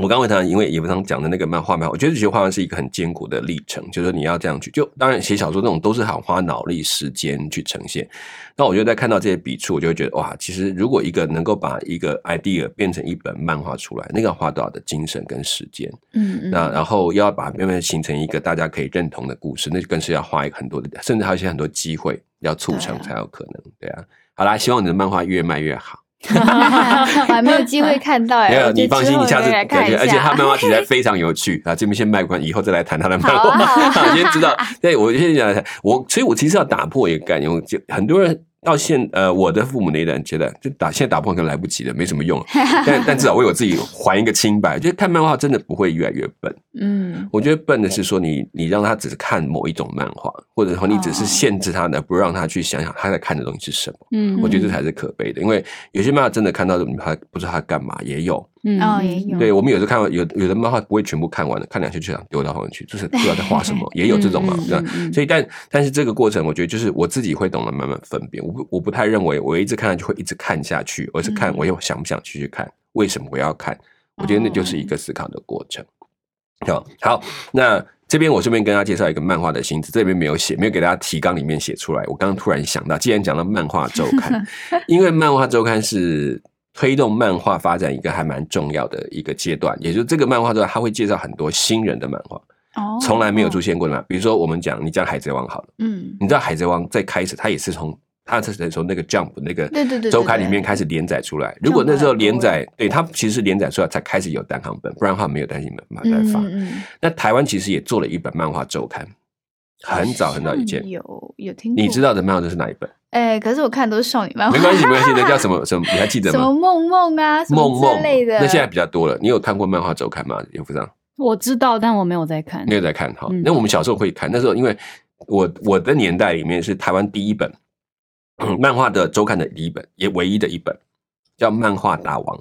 [SPEAKER 1] 我刚刚谈，因为也不常讲的那个漫画漫画，我觉得学画漫是一个很艰苦的历程，就是说你要这样去，就当然写小说这种都是很花脑力时间去呈现，那我就在看到这些笔触，我就会觉得哇，其实如果一个能够把一个 idea 变成一本漫画出来，那个要花多少的精神跟时间？
[SPEAKER 3] 嗯嗯，
[SPEAKER 1] 那然后要把它慢慢形成一个大家可以认同的故事，那就更是要花一个很多的，甚至还有一些很多机会要促成
[SPEAKER 3] 对啊
[SPEAKER 1] 才有可能。对啊，好啦，希望你的漫画越卖越好。
[SPEAKER 3] [laughs] 我还没有机会看到哎，
[SPEAKER 1] 没有，
[SPEAKER 3] 我觉
[SPEAKER 1] 你
[SPEAKER 3] 得
[SPEAKER 1] 放
[SPEAKER 3] 之
[SPEAKER 1] 心，
[SPEAKER 3] 后
[SPEAKER 1] 你下
[SPEAKER 3] 我
[SPEAKER 1] 次
[SPEAKER 3] 再来
[SPEAKER 1] 感
[SPEAKER 3] 看一
[SPEAKER 1] 觉，
[SPEAKER 3] 下，
[SPEAKER 1] 而且他漫画题
[SPEAKER 3] [laughs]
[SPEAKER 1] 材非常有趣啊。这边先卖关，以后再来谈他的漫画。 [laughs]
[SPEAKER 3] 好啊好啊
[SPEAKER 1] 今天知道，对我先讲一下，我所以，我其实要打破一个概念，我就很多人。到现呃，我的父母那一代觉得，就打现在打破可能来不及了，没什么用了。但但至少为我自己还一个清白，就是看漫画真的不会越来越笨。
[SPEAKER 3] 嗯
[SPEAKER 1] 我觉得笨的是说你你让他只是看某一种漫画，或者说你
[SPEAKER 2] 哦
[SPEAKER 1] 只是限制他的，不让他去想想他在看的东西是什么。
[SPEAKER 2] [laughs] 嗯，
[SPEAKER 1] 我觉得这才是可悲的，因为有些漫画真的看到他不知道他干嘛也有。
[SPEAKER 2] 嗯
[SPEAKER 3] 哦也有
[SPEAKER 1] 对我们有时候看完有有的漫画不会全部看完的，看两下就想丢到旁边去，就是不知道在画什么，
[SPEAKER 2] 嗯
[SPEAKER 1] 也有这种嘛，对吧？所以但但是这个过程，我觉得就是我自己会懂得慢慢分辨。我不我不太认为我一直看下去会一直看下去，而是看
[SPEAKER 3] 嗯
[SPEAKER 1] 我又想不想继续看，为什么我要看？我觉得那就是一个思考的过程。好，好，那这边我顺便跟大家介绍一个漫画的薪资，这边没有写，没有给大家提纲里面写出来。我刚刚突然想到，既然讲到漫画周刊，因为漫画周刊是推动漫画发展一个还蛮重要的一个阶段，也就是这个漫画周刊，它会介绍很多新人的漫画，
[SPEAKER 3] 哦
[SPEAKER 1] 从来没有出
[SPEAKER 3] 现，
[SPEAKER 1] 现过的漫。比如说，我们讲你讲《海贼王》好了，
[SPEAKER 3] 嗯，
[SPEAKER 1] 你知道《海贼王》在开始，它也是从它是从那个 Jump 那个
[SPEAKER 3] 对对对对
[SPEAKER 1] 周刊里面
[SPEAKER 3] 对
[SPEAKER 1] 开始连载出来。如果那时候
[SPEAKER 3] Jump
[SPEAKER 1] 连载，对它其实是连载出来才开始有单行本，不然的话没有单行本没有办法。
[SPEAKER 3] 嗯嗯
[SPEAKER 1] 那台湾其实也做了一本漫画周刊，很早很早以前
[SPEAKER 3] 好像，有有听过，
[SPEAKER 1] 你知道的漫画都是哪一本？
[SPEAKER 3] 哎，可是我看都是少女漫画，
[SPEAKER 1] 没关系，没关系，那叫什么什么？你还记得
[SPEAKER 3] 什么
[SPEAKER 1] 吗？
[SPEAKER 3] 梦梦啊， [laughs] 什么
[SPEAKER 1] 梦梦
[SPEAKER 3] 之类的。
[SPEAKER 1] 那现在比较多了。你有看过漫画周刊吗？刘副长，
[SPEAKER 2] 我知道，但我没有在看
[SPEAKER 1] 你。有在看哈
[SPEAKER 2] 嗯？
[SPEAKER 1] 那我们小时候会看，那时候因为我我的年代里面是台湾第一本嗯漫画的周刊的第一本，也唯一的一本叫《漫画大王》。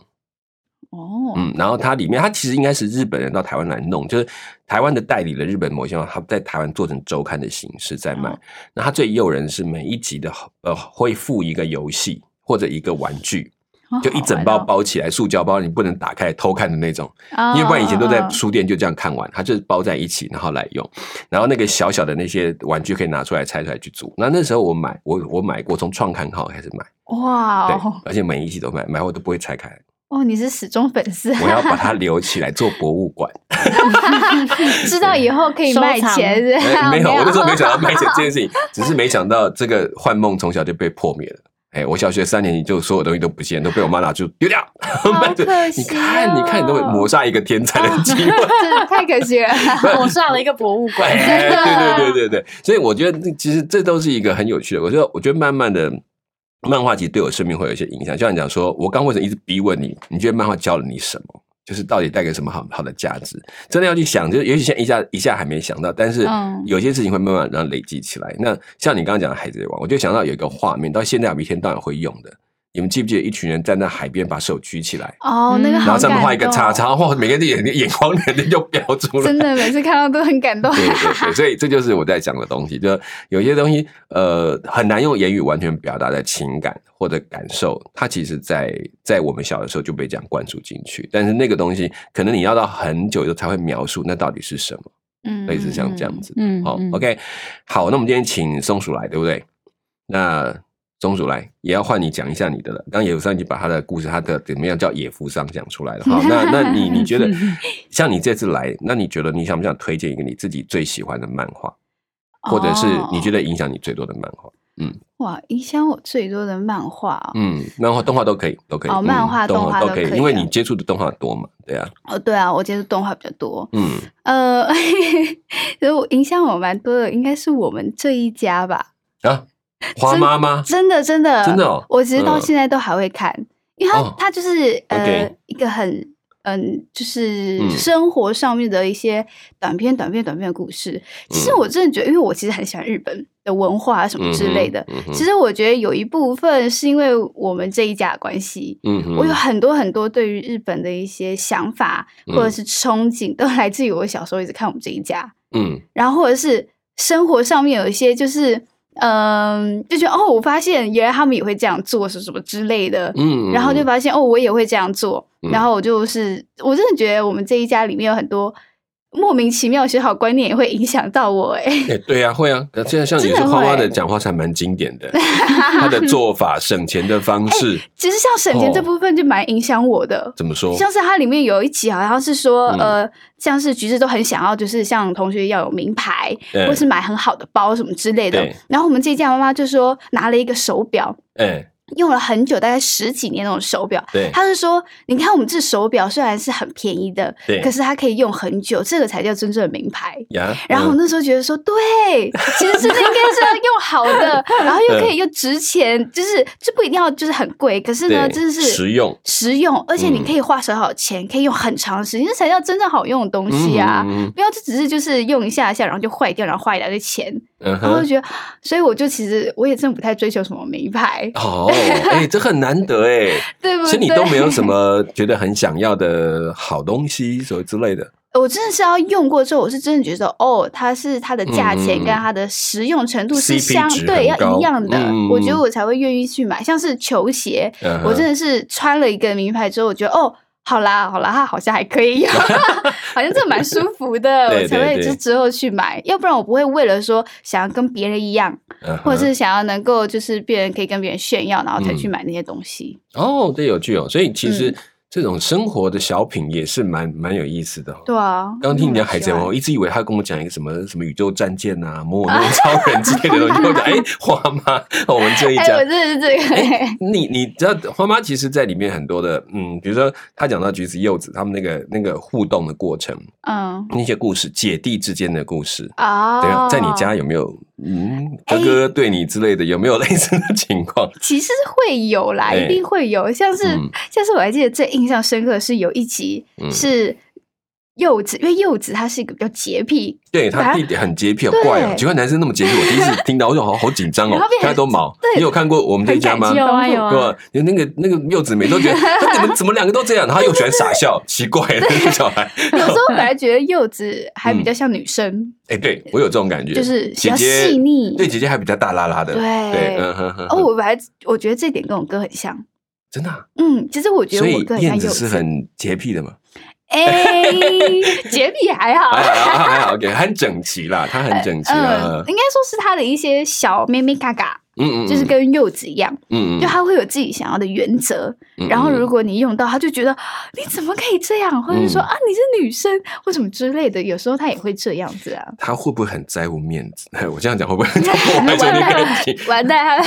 [SPEAKER 3] 哦，
[SPEAKER 1] 嗯，然后它里面，它其实应该是日本人到台湾来弄，就是台湾的代理了日本某些漫画，他在台湾做成周刊的形式在卖
[SPEAKER 3] 哦。
[SPEAKER 1] 那它最诱人是每一集的呃会附一个游戏或者一个玩具，
[SPEAKER 3] 好
[SPEAKER 1] 就一整包
[SPEAKER 3] 哦好玩
[SPEAKER 1] 包起来，塑胶包，你不能打开偷看的那种，
[SPEAKER 3] 哦，
[SPEAKER 1] 因为不然以前都在
[SPEAKER 3] 嗯
[SPEAKER 1] 书店就这样看完，它就是包在一起然后来用。然后那个小小的那些玩具可以拿出来拆出来去组。那那时候我买，我我买过，从创刊号开始买，
[SPEAKER 3] 嗯哇
[SPEAKER 1] 对
[SPEAKER 3] 哦，
[SPEAKER 1] 而且每一集都买，买我都不会拆开。
[SPEAKER 3] 哦，你是始终粉丝，
[SPEAKER 1] 我要把它留起来做博物
[SPEAKER 3] [laughs]
[SPEAKER 1] 馆。
[SPEAKER 3] 知道以后可以卖钱 [laughs] 是吧
[SPEAKER 1] 哎，没有，我那时候没
[SPEAKER 3] 有啊
[SPEAKER 1] 想到卖钱这件事情，只是没想到这个幻梦从小就被破灭了。哎，我小学三年级就所有东西都不见，都被我妈拿去丢掉。 [laughs]
[SPEAKER 3] 好可惜
[SPEAKER 1] 你
[SPEAKER 3] 哦
[SPEAKER 1] 看，你看，你都会抹杀一个天才的机会。
[SPEAKER 3] 真的太可惜了。
[SPEAKER 2] [laughs] 我上了一个博物
[SPEAKER 3] [laughs]
[SPEAKER 2] 馆。
[SPEAKER 1] 哎对对对对对，所以我觉得其实这都是一个很有趣的。我觉得，我觉得慢慢的。漫画其实对我生命会有一些影响，就像你讲说，我刚为什么一直逼问你，你觉得漫画教了你什么？就是到底带给什么好好的价值？真的要去想，就是也许现在一下一下还没想到，但是
[SPEAKER 3] 嗯
[SPEAKER 1] 有些事情会慢慢让累积起来。那像你刚刚讲的《海贼王》，我就想到有一个画面，到现在我一天到晚会用的。你们记不记得一群人站在海边，把手举起来，
[SPEAKER 3] 哦，那个
[SPEAKER 1] 嗯然
[SPEAKER 3] 好
[SPEAKER 1] 后上面画一
[SPEAKER 3] 感
[SPEAKER 1] 个
[SPEAKER 3] 动
[SPEAKER 1] 叉，叉，哇，每个人的眼眼眶 [laughs] 眼泪就飙出来，
[SPEAKER 3] [laughs] 真的每次看到都很感动。
[SPEAKER 1] 对对对，所以这就是我在讲的东西，就有些东西，呃，很难用言语完全表达的情感或者感受，它其实在在我们小的时候就被这样灌输进去，但是那个东西可能你要到很久以后才会描述那到底是什么，
[SPEAKER 3] 嗯
[SPEAKER 1] 类似像这样。子。
[SPEAKER 2] [laughs] 嗯，
[SPEAKER 1] 好
[SPEAKER 2] 嗯
[SPEAKER 1] ，OK，好，那我们今天请松鼠来，对不对？那松鼠来也要换你讲一下你的了。刚刚野夫上已经把他的故事，他的怎么样叫野夫上讲出来了。好，那那你你觉
[SPEAKER 3] [laughs]
[SPEAKER 1] 得像你这次来，那你觉得你想不想推荐一个你自己最喜欢的漫画，
[SPEAKER 3] 哦
[SPEAKER 1] 或者是你觉得影响你最多的漫画？
[SPEAKER 3] 哇，影响我最多的漫画哦，
[SPEAKER 1] 嗯，漫画、动画都可以，都可以。
[SPEAKER 3] 哦
[SPEAKER 1] 嗯
[SPEAKER 3] 漫画
[SPEAKER 1] 动
[SPEAKER 3] 动画
[SPEAKER 1] 都
[SPEAKER 3] 都
[SPEAKER 1] 可以
[SPEAKER 3] 可，以
[SPEAKER 1] 因为
[SPEAKER 3] 啊
[SPEAKER 1] 你接触的动画多嘛，对啊，
[SPEAKER 3] 哦对啊，我接触动画比较多。
[SPEAKER 1] 嗯，
[SPEAKER 3] [laughs] 呃，所以我影响我蛮多的，应该是我们这一家吧。
[SPEAKER 1] 啊，花妈妈
[SPEAKER 3] 真的真的
[SPEAKER 1] 真的哦
[SPEAKER 3] 我其实到
[SPEAKER 1] 嗯
[SPEAKER 3] 现在都还会看，因为它
[SPEAKER 1] 哦
[SPEAKER 3] 它就是呃
[SPEAKER 1] OK
[SPEAKER 3] 一个很。嗯，就是
[SPEAKER 1] 嗯
[SPEAKER 3] 生活上面的一些短片、短片、短片的故事。其实
[SPEAKER 1] 嗯
[SPEAKER 3] 我真的觉得，因为我其实很喜欢日本的文化啊什么之类的。
[SPEAKER 1] 嗯哼
[SPEAKER 3] 其，实我觉得有一部分是因为我们这一家的关系，
[SPEAKER 1] 嗯哼
[SPEAKER 3] 我有很多很多对于日本的一些想法或者
[SPEAKER 1] 嗯
[SPEAKER 3] 是憧憬，都来自于我小时候一直看我们这一家。
[SPEAKER 1] 嗯
[SPEAKER 3] 然后或者是生活上面有一些就是，嗯，就觉得哦，我发现原来他们也会这样做，什么什么之类的，
[SPEAKER 1] 嗯，
[SPEAKER 3] 然后就
[SPEAKER 1] 把
[SPEAKER 3] 发现哦，我也会这样做，
[SPEAKER 1] 嗯
[SPEAKER 3] 然后我就是，我真的觉得我们这一家里面有很多莫名其妙的学好观念，也会影响到我、哎，
[SPEAKER 1] 哎，对呀，会啊。那现在像有
[SPEAKER 3] 真
[SPEAKER 1] 些
[SPEAKER 3] 的
[SPEAKER 1] 花花
[SPEAKER 3] 会
[SPEAKER 1] 的讲话才蛮经典的， [laughs] 他的做法、省钱的方
[SPEAKER 3] [laughs]
[SPEAKER 1] 式
[SPEAKER 3] 其实像省钱这
[SPEAKER 1] 哦
[SPEAKER 3] 部分就蛮影响我的。
[SPEAKER 1] 怎么说？
[SPEAKER 3] 像是它里面有一集，好像是说，
[SPEAKER 1] 嗯
[SPEAKER 3] 呃，像是橘子都很想要，就是像同学要有名牌，
[SPEAKER 1] 哎
[SPEAKER 3] 或是买很好的包什么之类的
[SPEAKER 1] 对。
[SPEAKER 3] 然后我们这一家妈妈就说拿了一个手表，
[SPEAKER 1] 哎，
[SPEAKER 3] 用了很久，大概十几年那种手表。
[SPEAKER 1] 对，
[SPEAKER 3] 他是说，你看我们这手表虽然是很便宜的，
[SPEAKER 1] 对
[SPEAKER 3] 可是它可以用很久，这个才叫真正的名牌。
[SPEAKER 1] 呀，
[SPEAKER 3] 然后我
[SPEAKER 1] 嗯
[SPEAKER 3] 那时候觉得说，对，其实真的应该是要用好的，然后
[SPEAKER 1] 嗯
[SPEAKER 3] 又可以又值钱，就是这不一定要就是很贵，可是呢，
[SPEAKER 1] 对
[SPEAKER 3] 真的是
[SPEAKER 1] 实用
[SPEAKER 3] 实用，而且你
[SPEAKER 1] 嗯
[SPEAKER 3] 可以花少少钱，可以用很长时间，这才叫真正好用的东西啊！
[SPEAKER 1] 嗯嗯
[SPEAKER 3] 不要就只是就是用一下下，然后就坏掉，然后花一大堆钱，
[SPEAKER 1] 嗯
[SPEAKER 3] 然后就
[SPEAKER 1] 哼。
[SPEAKER 3] 觉得，所以我就其实我也真的不太追求什么名牌，
[SPEAKER 1] 哦，哎，这很难得哎。
[SPEAKER 3] [laughs] 对不对？ [laughs]
[SPEAKER 1] 所以你都没有什么觉得很想要的好东西，所以之类的。
[SPEAKER 3] 我真的是要用过之后，我是真的觉得哦，它是它的价
[SPEAKER 1] 嗯
[SPEAKER 3] 钱
[SPEAKER 1] 嗯嗯
[SPEAKER 3] 跟它的实用程度是
[SPEAKER 1] CP
[SPEAKER 3] 相
[SPEAKER 1] 值
[SPEAKER 3] 对
[SPEAKER 1] 很高
[SPEAKER 3] 要一样的，
[SPEAKER 1] 嗯嗯嗯
[SPEAKER 3] 我觉得我才会愿意去买。像是球鞋，
[SPEAKER 1] 嗯哼
[SPEAKER 3] 我真的是穿了一个名牌之后，我觉得哦。好啦，好啦，它好像还可
[SPEAKER 1] [laughs]
[SPEAKER 3] 以用， [laughs] 好像这蛮舒服的，
[SPEAKER 1] 对
[SPEAKER 3] 我才
[SPEAKER 1] 对
[SPEAKER 3] 会就
[SPEAKER 1] 对
[SPEAKER 3] 之后去买。要不然我不会为了说想要跟别人一样，
[SPEAKER 1] 嗯哼嗯
[SPEAKER 3] 或者是想要能够就是别人可以跟别人炫耀，然后才去买那些东西。
[SPEAKER 1] 哦，这有趣哦。所以其实
[SPEAKER 3] 嗯
[SPEAKER 1] 这种生活的小品也是蛮蛮有意思的、哦。
[SPEAKER 3] 对啊，
[SPEAKER 1] 刚刚听你讲
[SPEAKER 3] 嗯
[SPEAKER 1] 海贼王，
[SPEAKER 3] 喜
[SPEAKER 1] 我
[SPEAKER 3] 欢
[SPEAKER 1] 一直以为他跟我讲一个什么什么宇宙战舰啊、摩尔诺超人之类的东西，我讲 [laughs] 哎，花妈，哦我们这一
[SPEAKER 3] 哎、
[SPEAKER 1] 家
[SPEAKER 3] 我。真的是这个、
[SPEAKER 1] 哎，你你知道花妈其实，在里面很多的，嗯，比如说他讲到橘子、柚子他们那个那个互动的过程，
[SPEAKER 3] 嗯。
[SPEAKER 1] 那些故事，姐弟之间的故事，
[SPEAKER 3] 啊，
[SPEAKER 1] 对啊，在你家有没有，嗯，哥哥对你之类的，有没有类似的情况？
[SPEAKER 3] 其实会有啦，
[SPEAKER 1] 哎
[SPEAKER 3] 一定会有。像是、
[SPEAKER 1] 嗯
[SPEAKER 3] 像是我还记得最印象深刻的是有一集
[SPEAKER 1] 嗯
[SPEAKER 3] 是柚子，因为柚子她是一个比较洁癖，
[SPEAKER 1] 对他
[SPEAKER 3] 反
[SPEAKER 1] 弟弟很洁癖，好
[SPEAKER 3] 对
[SPEAKER 1] 怪哦！奇怪，男生那么洁癖，我第一次听到，我就好好紧张哦
[SPEAKER 3] 然后，变
[SPEAKER 1] 看他都毛。你有看过我们这一家吗？
[SPEAKER 3] 很
[SPEAKER 2] 有
[SPEAKER 1] 对
[SPEAKER 3] 感
[SPEAKER 2] 啊有啊
[SPEAKER 1] 吧，？那个那个柚子每都
[SPEAKER 3] [laughs]
[SPEAKER 1] 觉得，他怎么怎么两个都这样，然后又喜欢傻笑， [laughs] 奇怪那个小孩。
[SPEAKER 3] 有时候本来觉得柚子还比较像女生，
[SPEAKER 1] 哎，对我有这种感觉，
[SPEAKER 3] 就是比
[SPEAKER 1] 姐
[SPEAKER 3] 较
[SPEAKER 1] 嗯姐
[SPEAKER 3] 细腻。
[SPEAKER 1] 对姐姐还比较大拉拉的，
[SPEAKER 3] 对
[SPEAKER 1] 对，嗯哼哼，
[SPEAKER 3] 哦，
[SPEAKER 1] 哼
[SPEAKER 3] 我本来我觉得这点跟我哥很像。
[SPEAKER 1] 真的啊，
[SPEAKER 3] 嗯，其实我觉
[SPEAKER 1] 所
[SPEAKER 3] 得
[SPEAKER 1] 以
[SPEAKER 3] 我哥很像
[SPEAKER 1] 燕子
[SPEAKER 3] 柚
[SPEAKER 1] 是
[SPEAKER 3] 子，
[SPEAKER 1] 很洁癖
[SPEAKER 3] [laughs]
[SPEAKER 1] 的嘛，
[SPEAKER 3] 哎，
[SPEAKER 1] [laughs]
[SPEAKER 3] 洁癖还好。
[SPEAKER 1] 还好还好还好，OK，很啊整齐啦，他很整齐
[SPEAKER 3] 嗯
[SPEAKER 1] 啦，，
[SPEAKER 3] 应该说是他的一些小咩咩嘎嘎，
[SPEAKER 1] 嗯嗯，
[SPEAKER 3] 就是
[SPEAKER 1] 嗯
[SPEAKER 3] 跟柚子一样，
[SPEAKER 1] 嗯嗯
[SPEAKER 3] 就他会有自己想要的原则，
[SPEAKER 1] 嗯
[SPEAKER 3] 然后
[SPEAKER 1] 嗯
[SPEAKER 3] 如果你用到，他就觉得你怎么可以这样，或者是说、
[SPEAKER 1] 嗯
[SPEAKER 3] 啊你是女生或什么之类的，有时候他也会这样子
[SPEAKER 1] [laughs]
[SPEAKER 3] 啊。
[SPEAKER 1] 他会不会很在乎面子？ [laughs] 我这样讲会不会很在
[SPEAKER 3] [laughs]
[SPEAKER 1] 乎外在的感情？
[SPEAKER 3] 完蛋，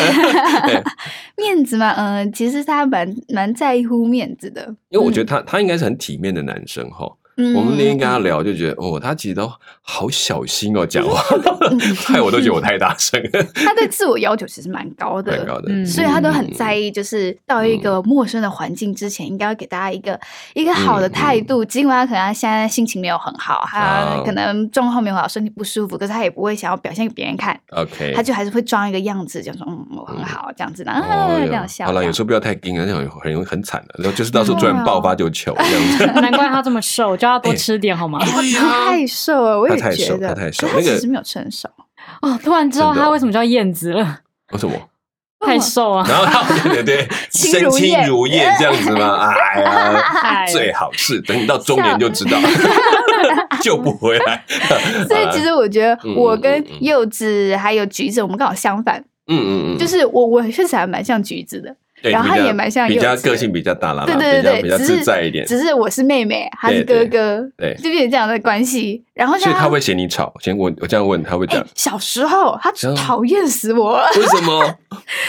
[SPEAKER 1] [laughs]
[SPEAKER 3] [laughs] 面子嘛，嗯、其实他蛮蛮在乎面子的。
[SPEAKER 1] 因为我觉得他他应该是很体面的男生哈。
[SPEAKER 3] 嗯
[SPEAKER 1] 我们那天跟他聊，就觉得哦，他其实都好小心哦，讲话， [laughs] 害我都觉得我太大声，
[SPEAKER 3] 他嗯 [laughs] 对自我要求其实蛮高的，
[SPEAKER 1] 蛮高的，
[SPEAKER 2] 嗯
[SPEAKER 3] 所以他都很在意，就是到一
[SPEAKER 1] 嗯
[SPEAKER 3] 个陌生的环境之前，应该要给大家一个一个好的态度。尽管他可能他现在心情没有很好，他
[SPEAKER 1] 嗯啊
[SPEAKER 3] 可能状况没有好，身体不舒服，可是他也不会想要表现给别人看，
[SPEAKER 1] 嗯。OK，
[SPEAKER 3] 他就还是会装一个样子，讲说嗯我很好这样子的，啊
[SPEAKER 1] 哦
[SPEAKER 3] 这
[SPEAKER 1] 哟
[SPEAKER 3] 样笑。
[SPEAKER 1] 好了，
[SPEAKER 3] 这
[SPEAKER 1] 有
[SPEAKER 3] 样
[SPEAKER 1] 时候不要太硬了，那种很容易很惨的，然后就是到时候突然爆发就糗这样子。
[SPEAKER 2] 难怪他这么瘦，叫他多吃
[SPEAKER 1] [laughs]
[SPEAKER 2] 点好吗？
[SPEAKER 1] 对
[SPEAKER 3] 他
[SPEAKER 1] 呀，
[SPEAKER 3] 太瘦了，我也
[SPEAKER 1] 他太
[SPEAKER 3] 觉
[SPEAKER 1] 瘦
[SPEAKER 3] 得
[SPEAKER 1] 他太瘦那
[SPEAKER 3] 可是他
[SPEAKER 1] 个
[SPEAKER 3] 其实没有成
[SPEAKER 1] [laughs]
[SPEAKER 3] 熟，
[SPEAKER 2] 哦，突然知道
[SPEAKER 1] 真的哦
[SPEAKER 2] 他为什么叫燕子了，
[SPEAKER 1] 为什么？
[SPEAKER 2] 太瘦啊！
[SPEAKER 1] 然后他对对对，
[SPEAKER 3] [laughs] 轻
[SPEAKER 1] 身
[SPEAKER 3] 如
[SPEAKER 1] 轻
[SPEAKER 3] 燕
[SPEAKER 1] 如燕这样子吗？
[SPEAKER 3] [laughs]
[SPEAKER 1] 哎呀，
[SPEAKER 2] 哎，
[SPEAKER 1] 最好是等你到中年就知道， [laughs] 救不回来。
[SPEAKER 3] 所以其实我觉得
[SPEAKER 1] 嗯
[SPEAKER 3] 我
[SPEAKER 1] 嗯
[SPEAKER 3] 跟
[SPEAKER 1] 嗯嗯
[SPEAKER 3] 柚子还有橘子，我们刚好相反，
[SPEAKER 1] 嗯嗯嗯，
[SPEAKER 3] 就是我我确实还蛮像橘子的。
[SPEAKER 1] 对
[SPEAKER 3] 然后他
[SPEAKER 1] 比较
[SPEAKER 3] 也蛮像
[SPEAKER 1] 比较
[SPEAKER 3] 柚子的
[SPEAKER 1] 个性比较大啦啦，
[SPEAKER 3] 对对对
[SPEAKER 1] 比较比
[SPEAKER 3] 对，只
[SPEAKER 1] 较
[SPEAKER 3] 是
[SPEAKER 1] 自在一点。
[SPEAKER 3] 只是我是妹妹，他是哥
[SPEAKER 1] 对对
[SPEAKER 3] 哥，
[SPEAKER 1] 对
[SPEAKER 3] 就变成这样的关系。然后
[SPEAKER 1] 所
[SPEAKER 3] 像
[SPEAKER 1] 以他会嫌你吵，先我我这样问他会
[SPEAKER 3] 哎、
[SPEAKER 1] 讲
[SPEAKER 3] 小时候他
[SPEAKER 1] 真的吗
[SPEAKER 3] 讨厌死我 [laughs] 了。
[SPEAKER 1] 为什么？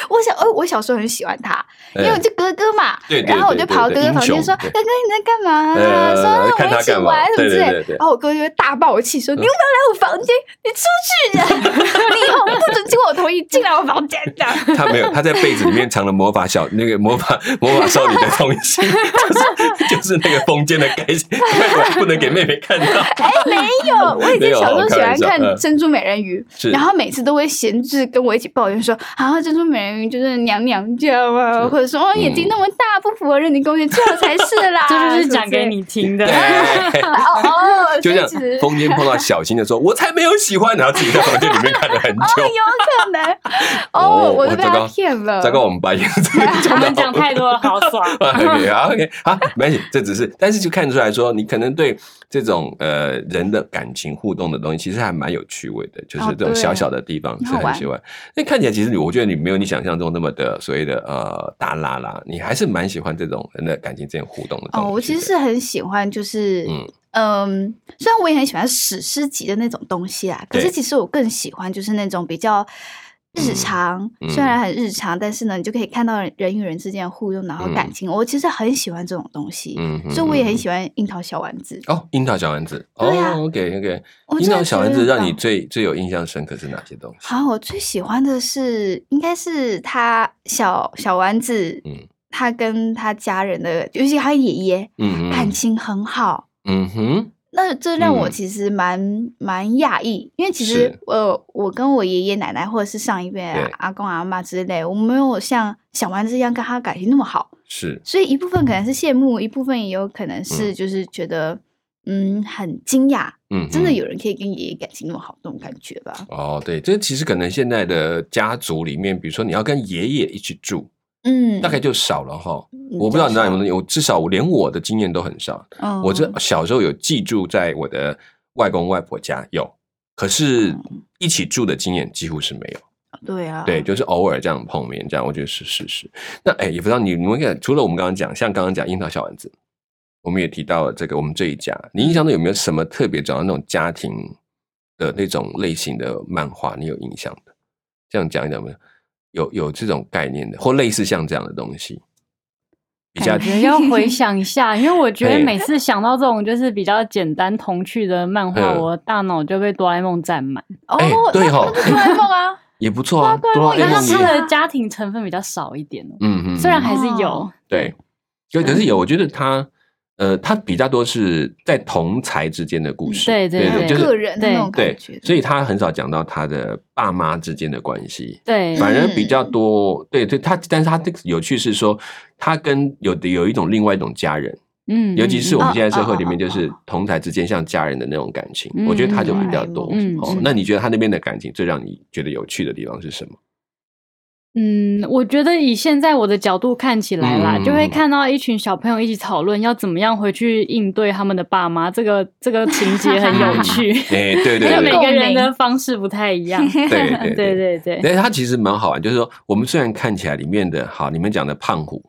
[SPEAKER 3] 我小哦，我小时候很喜欢他，因为我
[SPEAKER 1] 哎
[SPEAKER 3] 就哥哥嘛。
[SPEAKER 1] 对对
[SPEAKER 3] 然后我就
[SPEAKER 1] 对对
[SPEAKER 3] 跑到哥
[SPEAKER 1] 对
[SPEAKER 3] 哥旁
[SPEAKER 1] 英雄
[SPEAKER 3] 边说：“哥
[SPEAKER 1] 对
[SPEAKER 3] 哥你在干嘛、
[SPEAKER 1] 呃
[SPEAKER 3] 说让
[SPEAKER 1] 看
[SPEAKER 3] 我
[SPEAKER 1] 他
[SPEAKER 3] 一起
[SPEAKER 1] 干嘛
[SPEAKER 3] 玩什么
[SPEAKER 1] 对
[SPEAKER 3] 之
[SPEAKER 1] 对
[SPEAKER 3] 类。
[SPEAKER 1] 对对嗯
[SPEAKER 3] 然后我哥就会大爆我气说：“你有没有来我房间？你出去！ [laughs] 你以后不准经过我同意进来我房间！”这样。 [laughs]
[SPEAKER 1] 他没有，他在被子里面藏了魔法小那个魔法魔法少女的东
[SPEAKER 3] [laughs]
[SPEAKER 1] 西，就是就是那个封建的概念，不能给妹妹看到。
[SPEAKER 3] 哎，没有，我以
[SPEAKER 1] 没
[SPEAKER 3] 前
[SPEAKER 1] 有
[SPEAKER 3] 小时候喜欢
[SPEAKER 1] 我开
[SPEAKER 3] 看
[SPEAKER 1] 玩笑嗯
[SPEAKER 3] 《珍珠美人鱼》
[SPEAKER 1] 是
[SPEAKER 3] 然后每次都会闲置跟我一起抱怨说啊，珍珠美人鱼就是娘娘腔啊，或者说哦眼睛那么大不符合人体工学，这样才是啦
[SPEAKER 1] [laughs]
[SPEAKER 2] 这 [laughs] 就是讲给你听的。
[SPEAKER 1] 对
[SPEAKER 3] [laughs] 什么之类的 [laughs] 哦哦，
[SPEAKER 1] 哎 [laughs] 就这样
[SPEAKER 3] 所以其实，
[SPEAKER 1] 风间碰到小新的时候，我才没有喜欢，然后自己在房间里面看了很
[SPEAKER 3] [laughs] 哦，
[SPEAKER 1] 久。
[SPEAKER 3] 有可能
[SPEAKER 1] [laughs] 哦
[SPEAKER 3] 哦，我都被
[SPEAKER 1] 我糟
[SPEAKER 3] 他
[SPEAKER 1] 糕
[SPEAKER 3] 骗了，
[SPEAKER 1] 再跟我们白眼，。
[SPEAKER 3] [laughs]
[SPEAKER 2] 他们 [laughs] 讲太多了，好爽
[SPEAKER 1] OK，好，OK，好，没关系，这只是，但是就看出来说，你可能对这种呃人的感情互动的东西，其实还蛮有趣味的，就是
[SPEAKER 3] 哦
[SPEAKER 1] 这种
[SPEAKER 3] 对
[SPEAKER 1] 小小的地方
[SPEAKER 3] 很
[SPEAKER 1] 是
[SPEAKER 3] 好
[SPEAKER 1] 很
[SPEAKER 3] 玩
[SPEAKER 1] 喜欢。那看起来其实你，我觉得你没有你想象中那么的所谓的呃大拉拉，你还是蛮喜欢这种人的感情之间互动的东西
[SPEAKER 3] 哦，
[SPEAKER 1] 的。
[SPEAKER 3] 我其实是很喜欢，就是
[SPEAKER 1] 嗯
[SPEAKER 3] 嗯。虽然我也很喜欢史诗级的那种东西啊，可
[SPEAKER 1] 对
[SPEAKER 3] 是其实我更喜欢就是那种比较日常，
[SPEAKER 1] 嗯
[SPEAKER 3] 虽然很日常，但是呢，你就可以看到人与人之间的互动，然后感情。我其实很喜欢这种东西，
[SPEAKER 1] 嗯，嗯
[SPEAKER 3] 所以我也很
[SPEAKER 1] 嗯
[SPEAKER 3] 喜欢樱桃小丸子。
[SPEAKER 1] 哦，樱桃小丸子。
[SPEAKER 3] 对啊
[SPEAKER 1] 哦，OK OK，
[SPEAKER 3] 我
[SPEAKER 1] 樱
[SPEAKER 3] 真的
[SPEAKER 1] 桃小
[SPEAKER 3] 觉
[SPEAKER 1] 丸
[SPEAKER 3] 得
[SPEAKER 1] 子
[SPEAKER 3] 很
[SPEAKER 1] 让你
[SPEAKER 3] 棒
[SPEAKER 1] 最最有印象深刻是哪些东西？
[SPEAKER 3] 好，我最喜欢的是应该是他小小丸子，
[SPEAKER 1] 嗯
[SPEAKER 3] 他跟他家人的，尤其他爷爷
[SPEAKER 1] 嗯
[SPEAKER 3] 感
[SPEAKER 1] 嗯
[SPEAKER 3] 情很好。
[SPEAKER 1] 嗯哼，
[SPEAKER 3] 那这让我
[SPEAKER 1] 嗯
[SPEAKER 3] 其实蛮、蛮讶异，因为其实
[SPEAKER 1] 是
[SPEAKER 3] 呃，我跟我爷爷奶奶或者是上一辈啊
[SPEAKER 1] 对
[SPEAKER 3] 阿公阿妈之类，我没有像小丸子一样跟他感情那么好，
[SPEAKER 1] 是
[SPEAKER 3] 所以一部分可能是羡慕，一部分也有可能是
[SPEAKER 1] 嗯
[SPEAKER 3] 就是觉得嗯很惊讶，
[SPEAKER 1] 嗯哼，
[SPEAKER 3] 真的有人可以跟爷爷感情那么好那种感觉吧？
[SPEAKER 1] 哦，对，这其实可能现在的家族里面，比如说你要跟爷爷一起住，
[SPEAKER 3] 嗯，
[SPEAKER 1] 大概就少了哈。
[SPEAKER 3] 嗯
[SPEAKER 1] 我不知道你知道有
[SPEAKER 3] 比
[SPEAKER 1] 没有，我至少我连我的经验都很少。
[SPEAKER 3] 较少嗯、
[SPEAKER 1] 我这小时候有寄住在我的外公外婆家有，可是
[SPEAKER 3] 嗯
[SPEAKER 1] 一起住的经验几乎是没有。
[SPEAKER 3] 对啊，
[SPEAKER 1] 对，就是偶尔这样碰面，这样我觉得是事实。那哎，也不知道你你们看，除了我们刚刚讲，像刚刚讲樱桃小丸子，我们也提到了这个我们这一家，你印象中有没有什么特别讲到那种家庭的那种类型的漫画，你有印象的？这样讲一讲有没有？有有这种概念的，或类似像这样的东西，比较
[SPEAKER 2] 感觉 [laughs] 要回想一下，因为我觉得每
[SPEAKER 1] 哎
[SPEAKER 2] 次想到这种就是比较简单童趣的漫画，
[SPEAKER 1] 嗯
[SPEAKER 2] 我大脑就被哆啦 A 梦占满。
[SPEAKER 3] 哦，
[SPEAKER 1] 哎
[SPEAKER 3] 那
[SPEAKER 1] 对吼
[SPEAKER 3] 那就哆啦 A 梦啊，
[SPEAKER 1] 也不错啊。
[SPEAKER 3] 对
[SPEAKER 1] 哆啦
[SPEAKER 3] 对
[SPEAKER 1] A
[SPEAKER 2] 但
[SPEAKER 1] 梦
[SPEAKER 2] 是
[SPEAKER 1] 也
[SPEAKER 2] 它的家庭成分比较少一点哦，
[SPEAKER 1] 嗯嗯，
[SPEAKER 2] 虽然
[SPEAKER 1] 嗯
[SPEAKER 2] 还是有
[SPEAKER 3] 哦，
[SPEAKER 1] 对，就可是有，我觉得他呃，他比较多是在同才之间的故事，
[SPEAKER 2] 对对
[SPEAKER 1] 啊 [laughs] 对
[SPEAKER 3] 还有
[SPEAKER 1] 就是
[SPEAKER 3] 个人的那种
[SPEAKER 1] 对
[SPEAKER 3] 感觉，，
[SPEAKER 1] 所以他很少讲到他的爸妈之间的关系，
[SPEAKER 2] 对，
[SPEAKER 1] 反而比较多。对对，他但是他这个有趣是说，他跟有的有一种另外一种家人，
[SPEAKER 2] 嗯，
[SPEAKER 1] 尤其是我们
[SPEAKER 3] 嗯
[SPEAKER 1] 现在社会里面
[SPEAKER 3] 哦
[SPEAKER 1] 就是同台之间像家人的那种感情，
[SPEAKER 2] 嗯
[SPEAKER 1] 我觉得他就比较多。
[SPEAKER 2] 嗯嗯
[SPEAKER 1] 哦
[SPEAKER 2] 嗯，
[SPEAKER 1] 那你觉得他那边的感情最让你觉得有趣的地方是什么？
[SPEAKER 2] 嗯，我觉得以现在我的角度看起来啦，
[SPEAKER 1] 嗯
[SPEAKER 2] 就会看到一群小朋友一起讨论要怎么样回去应对他们的爸妈，这个这个情节很有趣，
[SPEAKER 1] 哎， [laughs] 对对
[SPEAKER 2] [laughs] 因为
[SPEAKER 1] 对
[SPEAKER 2] 每
[SPEAKER 1] 对
[SPEAKER 2] 个人的方式不太一
[SPEAKER 1] [laughs]
[SPEAKER 2] 样。 [laughs]
[SPEAKER 1] 对
[SPEAKER 2] 对
[SPEAKER 1] 对。
[SPEAKER 2] 对对，
[SPEAKER 1] 但是它其实蛮好玩，就是说，我们虽然看起来里面的好，你们讲的胖虎，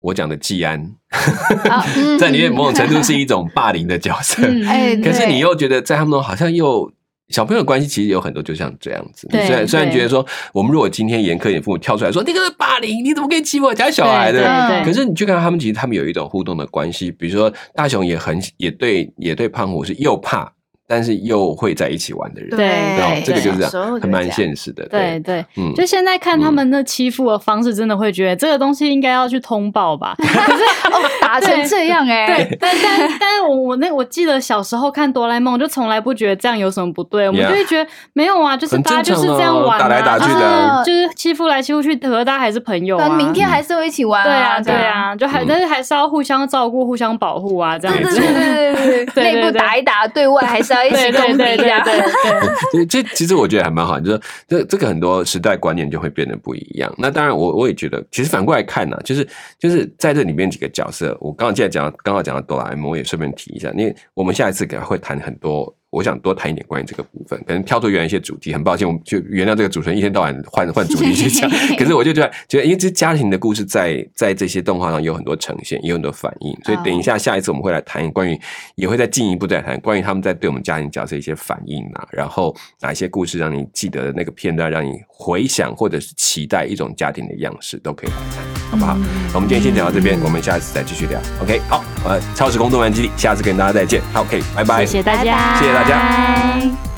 [SPEAKER 1] 我讲的季安， [laughs]
[SPEAKER 3] 啊 [laughs] 嗯
[SPEAKER 1] 在里面某种程度是一种霸凌的角色，
[SPEAKER 2] 嗯，
[SPEAKER 3] 哎
[SPEAKER 1] 可
[SPEAKER 3] 对
[SPEAKER 1] 是你又觉得在他们好像又小朋友的关系其实有很多就像这样子。你
[SPEAKER 2] 对
[SPEAKER 1] 虽然虽然
[SPEAKER 2] 对
[SPEAKER 1] 觉得说，我们如果今天严苛一点，父母跳出来说那个是霸凌，你怎么可以欺负我家小孩
[SPEAKER 2] 对
[SPEAKER 1] 的？
[SPEAKER 2] 对，
[SPEAKER 1] 可是你去看他们，其实他们有一种互动的关系，比如说大雄也很也对也对胖虎是又怕，但是又会在一起玩的人，
[SPEAKER 2] 对
[SPEAKER 1] 哦这个就是
[SPEAKER 3] 小时
[SPEAKER 1] 这
[SPEAKER 3] 候
[SPEAKER 1] 样，
[SPEAKER 3] 就
[SPEAKER 1] 还
[SPEAKER 3] 会
[SPEAKER 1] 蛮
[SPEAKER 3] 这样
[SPEAKER 1] 现实的。
[SPEAKER 2] 对，对，
[SPEAKER 1] 嗯，
[SPEAKER 2] 就现在看他们那欺负的方式，真的会觉得这个东西应该要去通
[SPEAKER 1] [laughs]
[SPEAKER 2] 报吧。
[SPEAKER 3] 哦，打成这样哎、
[SPEAKER 2] 对，但但但是我我那我记得小时候看哆啦 A 梦，就从来不觉得这样有什么不对，我们
[SPEAKER 1] Yeah
[SPEAKER 2] 就会觉得没有啊，就是
[SPEAKER 1] 很
[SPEAKER 2] 大家就
[SPEAKER 1] 正
[SPEAKER 2] 是
[SPEAKER 1] 常啊
[SPEAKER 2] 这样玩、啊，
[SPEAKER 1] 打来打嗯
[SPEAKER 3] 去的啊
[SPEAKER 2] 就是就是欺负来欺负去，可是大家还是朋友
[SPEAKER 3] 那
[SPEAKER 2] 啊。
[SPEAKER 3] 嗯明天还是会一起玩、
[SPEAKER 2] 对
[SPEAKER 3] 啊，
[SPEAKER 2] 啊对啊，就还、
[SPEAKER 1] 嗯
[SPEAKER 2] 但是还是要互相照顾、互相保护啊，这样
[SPEAKER 3] 对
[SPEAKER 1] 没
[SPEAKER 3] 对
[SPEAKER 1] 错
[SPEAKER 2] 子。
[SPEAKER 3] 对对对
[SPEAKER 2] 对
[SPEAKER 3] 对，内
[SPEAKER 2] 对
[SPEAKER 3] 部
[SPEAKER 2] 对
[SPEAKER 3] 打一打，对外还是要一起啊
[SPEAKER 2] 对对
[SPEAKER 3] 共
[SPEAKER 2] 对对
[SPEAKER 3] 敌
[SPEAKER 2] 对
[SPEAKER 3] 的。
[SPEAKER 2] 对，
[SPEAKER 1] [laughs] 所以这其实我觉得还蛮好，就是这这个很多时代观念就会变得不一样。那当然我，我也觉得，其实反过来看呢、就是就是在这里面几个角色，我刚刚现在讲到，刚好讲到哆啦 A 梦，我也顺便提一下，因为我们下一次可能会谈很多。我想多谈一点关于这个部分，可能跳出原来一些主题。很抱歉，我们就原谅这个主持人一天到晚换换主题去讲。可是我就觉得，觉得因为这家庭的故事在在这些动画上有很多呈现，也有很多反应，所以等一下下一次我们会来谈关于，也会再进一步再谈关于他们在对我们家庭角色一些反应啊，然后哪一些故事让你记得的那个片段，让你回想或者是期待一种家庭的样式，都可以来谈，好不好？那我们今天先讲到这边，我们下一次再继续聊。OK，好，呃，超时空动漫基地，下次跟大家再见。OK，拜拜，
[SPEAKER 2] 谢谢大家，
[SPEAKER 1] 谢谢大家
[SPEAKER 3] 拜拜